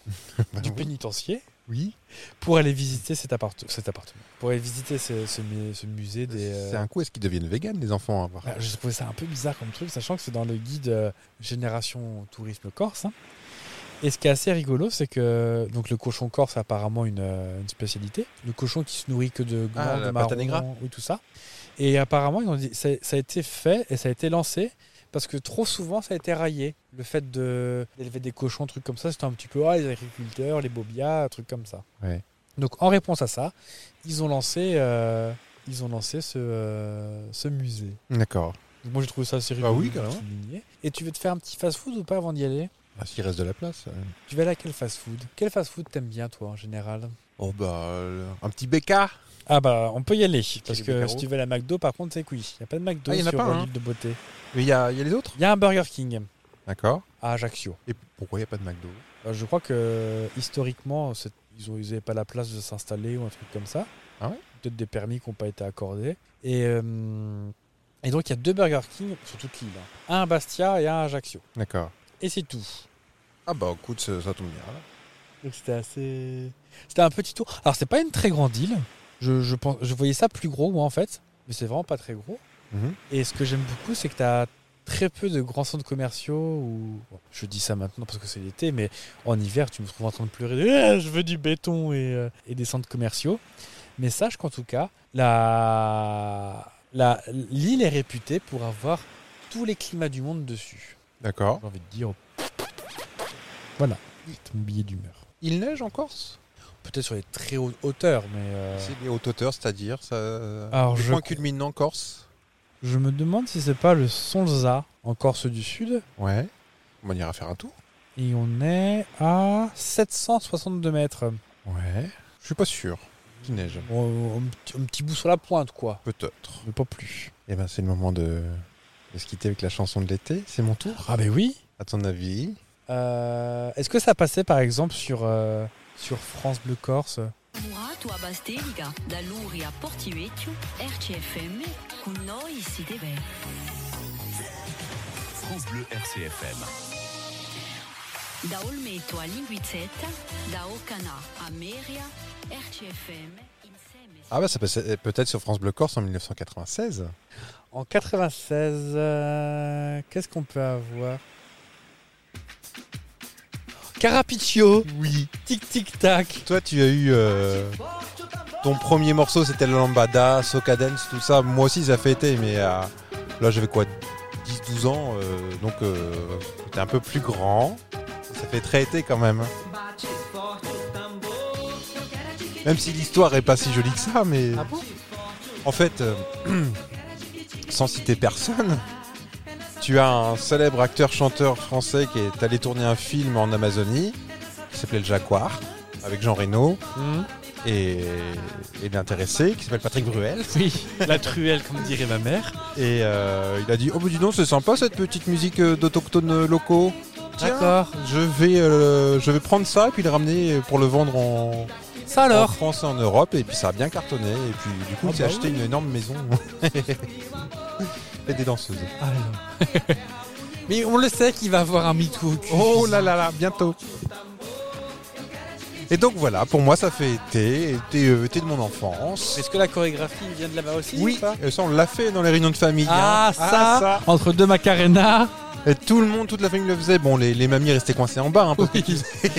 A: du pénitencier
B: Oui.
A: pour aller visiter cet, appart- cet appartement, pour aller visiter ce, ce mu- ce musée des. euh,
B: C'est un coup, est-ce qu'ils deviennent véganes, les enfants à part
A: Alors, Bah, Je trouvais ça un peu bizarre comme truc, sachant que c'est dans le guide euh, Génération Tourisme Corse. hein. Et ce qui est assez rigolo, c'est que donc le cochon corse a apparemment une, euh, une spécialité. Le cochon qui se nourrit que de
B: Ah,
A: glands,
B: la
A: de marrons,
B: patanegra.
A: oui, tout ça. Et apparemment, ils ont dit, ça, ça a été fait et ça a été lancé parce que trop souvent, ça a été raillé. Le fait de- d'élever des cochons, trucs comme ça, c'était un petit peu ah, les agriculteurs, les bobias, trucs comme ça.
B: Ouais.
A: Donc en réponse à ça, ils ont lancé, euh, ils ont lancé ce, euh, ce musée.
B: Ah, D'accord.
A: Donc Moi j'ai trouvé ça assez
B: Bah
A: rigolo.
B: oui,
A: de
B: carrément.
A: souligner. Et tu veux te faire un petit fast-food ou pas avant d'y aller
B: Ah, S'il reste de la place. euh.
A: Tu vas aller à quel fast-food Quel fast-food t'aimes bien toi en général
B: Oh bah, euh, un petit béca.
A: Ah bah on peut y aller parce
B: les
A: que
B: Beccaro
A: si tu veux la McDo par contre c'est cuit. Il n'y a pas de McDo
B: Ah, y en a
A: sur
B: pas,
A: euh,
B: hein.
A: l'île de beauté.
B: Mais il y a, il y a les autres
A: Il y a un Burger King
B: D'accord.
A: à Ajaccio.
B: Et pourquoi il n'y a pas de McDo
A: Euh, Je crois que historiquement c'est- ils n'avaient pas la place de s'installer ou un truc comme ça.
B: Ah ouais
A: Peut-être des permis qui n'ont pas été accordés. Et, euh, et donc il y a deux Burger King sur toute l'île. hein. Un à Bastia et un à Ajaccio.
B: D'accord.
A: Et c'est tout.
B: Ah bah, écoute, ça, ça tombe bien. là.
A: Donc c'était assez. C'était un petit tour. Alors c'est pas une très grande île. Je, je, pense, je voyais ça plus gros moi en fait. Mais c'est vraiment pas très gros.
B: Mhm.
A: Et ce que j'aime beaucoup c'est que t'as très peu de grands centres commerciaux ou je dis ça maintenant parce que c'est l'été mais en hiver tu me trouves en train de pleurer Eh, je veux du béton et, euh, et des centres commerciaux mais sache qu'en tout cas la la- l'île est réputée pour avoir tous les climats du monde dessus
B: D'accord.
A: j'ai envie de dire voilà c'est mon billet d'humeur
B: Il neige en Corse
A: peut-être sur les très hautes hauteurs, mais euh,
B: C'est les hautes hauteurs, c'est-à-dire ça...
A: Alors,
B: les
A: je-
B: points culminants Corse
A: je me demande si c'est pas le Sonza en Corse du Sud.
B: Ouais. On ira faire un tour.
A: Et on est à 762 mètres.
B: Ouais. Je suis pas sûr qu'il neige.
A: Bon, un, petit- un petit bout sur la pointe, quoi.
B: Peut-être.
A: Mais pas plus.
B: Eh ben, c'est le moment de... de se quitter avec la chanson de l'été. C'est mon tour.
A: Ah, ben oui.
B: À ton avis
A: Euh, Est-ce que ça passait, par exemple, sur, euh, sur France Bleu Corse
E: Muratu abazteriga da lurri a Portivetio, RCFM, con noi si deve.
F: France Bleu RCFM.
E: Da Olmeto a Linguizzetta, da Ocana a Meria, RCFM, insieme.
B: Ah bah ça passait peut-être sur France Bleu Corse en 1996.
A: En 96, euh, qu'est-ce qu'on peut avoir Carapiccio
B: Oui.
A: Tic Tic Tac
B: Toi tu as eu euh, ton premier morceau c'était la lambada, soca dance, tout ça. Moi aussi ça fait été mais euh, là j'avais quoi 10-12 ans euh, donc euh, t'es un peu plus grand. Ça fait très été quand même. hein. Même si l'histoire est pas si jolie que ça mais en fait euh, sans citer personne tu as un célèbre acteur chanteur français qui est allé tourner un film en Amazonie qui s'appelait Le Jaguar avec Jean Reno
A: Mmh.
B: et, et l'intéressé qui s'appelle Patrick Bruel.
A: Oui, la truelle, comme dirait ma mère.
B: Et euh, il a dit Oh, bah dis donc, c'est sympa cette petite musique euh, d'autochtones locaux. Tiens,
A: D'accord.
B: Je vais, euh, je vais prendre ça et puis le ramener pour le vendre en,
A: Ça
B: en
A: alors
B: France et en Europe. Et puis ça a bien cartonné. Et puis du coup,
A: Ah
B: il s'est
A: bah
B: acheté une énorme maison. et des danseuses.
A: Alors. Mais on le sait qu'il va avoir un MeToo.
B: Oh là là là, bientôt. Et donc voilà, pour moi, ça fait été, été, euh, été de mon enfance.
A: Est-ce que la chorégraphie vient de là-bas aussi
B: Oui, euh, ça on l'a fait dans les réunions de famille.
A: Ah,
B: hein.
A: ça, Entre deux macarenas
B: Et tout le monde, toute la famille le faisait. Bon, les, les mamies restaient coincées en bas. hein, parce que-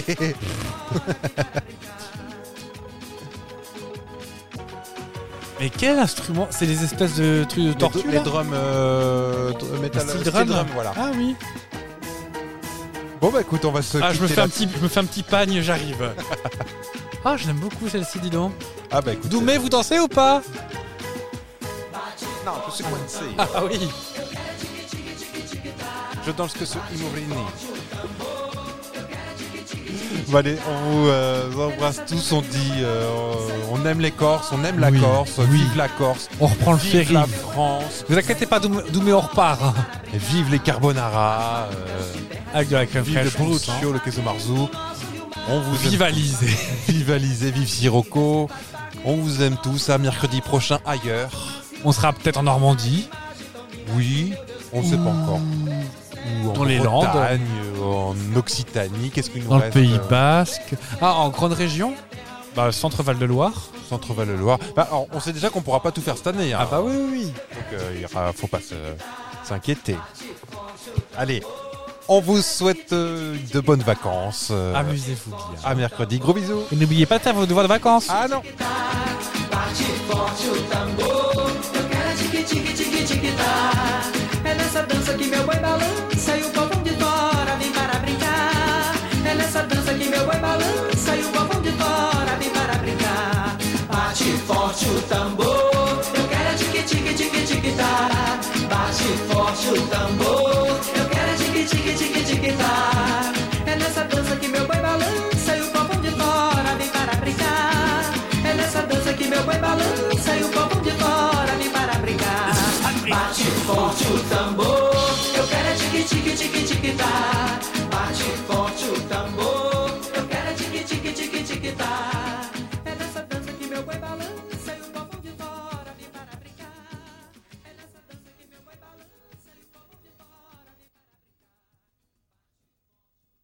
A: Mais quel instrument C'est des espèces de trucs de
B: les,
A: tortue
B: les drums euh, dr- euh, metal,
A: Steel
B: steel
A: drum.
B: drum, voilà.
A: Ah oui
B: Bon bah écoute, on va se
A: Ah, je me,
B: quitter
A: fais un
B: là-
A: petit, je me fais un petit pagne, j'arrive. ah, je l'aime beaucoup celle-ci, dis donc.
B: Ah bah écoute,
A: Doumé, vous dansez ou pas
B: euh, non, je suis coincé.
A: Ah oui
B: je danse que sur Imorini. Bon allez, on vous euh, embrasse tous. On dit, euh, on aime les Corses, on aime la
A: Oui,
B: Corse,
A: oui.
B: vive la Corse,
A: On reprend le
B: vive
A: ferry.
B: la France,
A: Vous inquiétez pas, Doumé, Doumé, on repart. hein,
B: et vive les carbonara, euh,
A: Avec de la crème
B: vive le hein.
A: fraîche, on le sent.
B: Bruccio, le queso marzu. On vous aime
A: hein. Vive Alizé.
B: Vive Alizé, vive Sirocco. On vous aime tous. À mercredi prochain ailleurs.
A: On sera peut-être en Normandie.
B: Oui, on ne sait pas encore. Ou en
A: Dans les
B: Bretagne, en Occitanie. Qu'est-ce qu'il nous
A: Dans le
B: reste
A: Pays
B: euh,
A: Basque. Ah, en grande région Bah, centre Val-de-Loire.
B: Centre Val de Loire. Bah, alors, on sait déjà qu'on pourra pas tout faire cette année. hein.
A: oui, oui.
B: Donc euh, il y aura- faut pas se- s'inquiéter. Allez, on vous souhaite euh, de bonnes vacances. euh,
A: Amusez-vous bien.
B: à mercredi. Gros bisous.
A: Et n'oubliez pas de faire vos devoirs de vacances.
B: Ah non.
G: Cara tique tique tique tique tá. É nessa dança que meu boi balança e o povão de fora vem para brincar. É nessa dança que meu boi balança e o povão de fora vem para brincar. Bate forte o tambor. Eu quero a tique tique tique tique tá. Bate forte o tambor. Eu quero a tique tique tique tique tá. É nessa dança que meu boi balança e o povão de fora vem para brincar. É nessa dança que meu boi balança e o povão de fora vem para brincar. Bate forte o tambor. é tá. é tá. É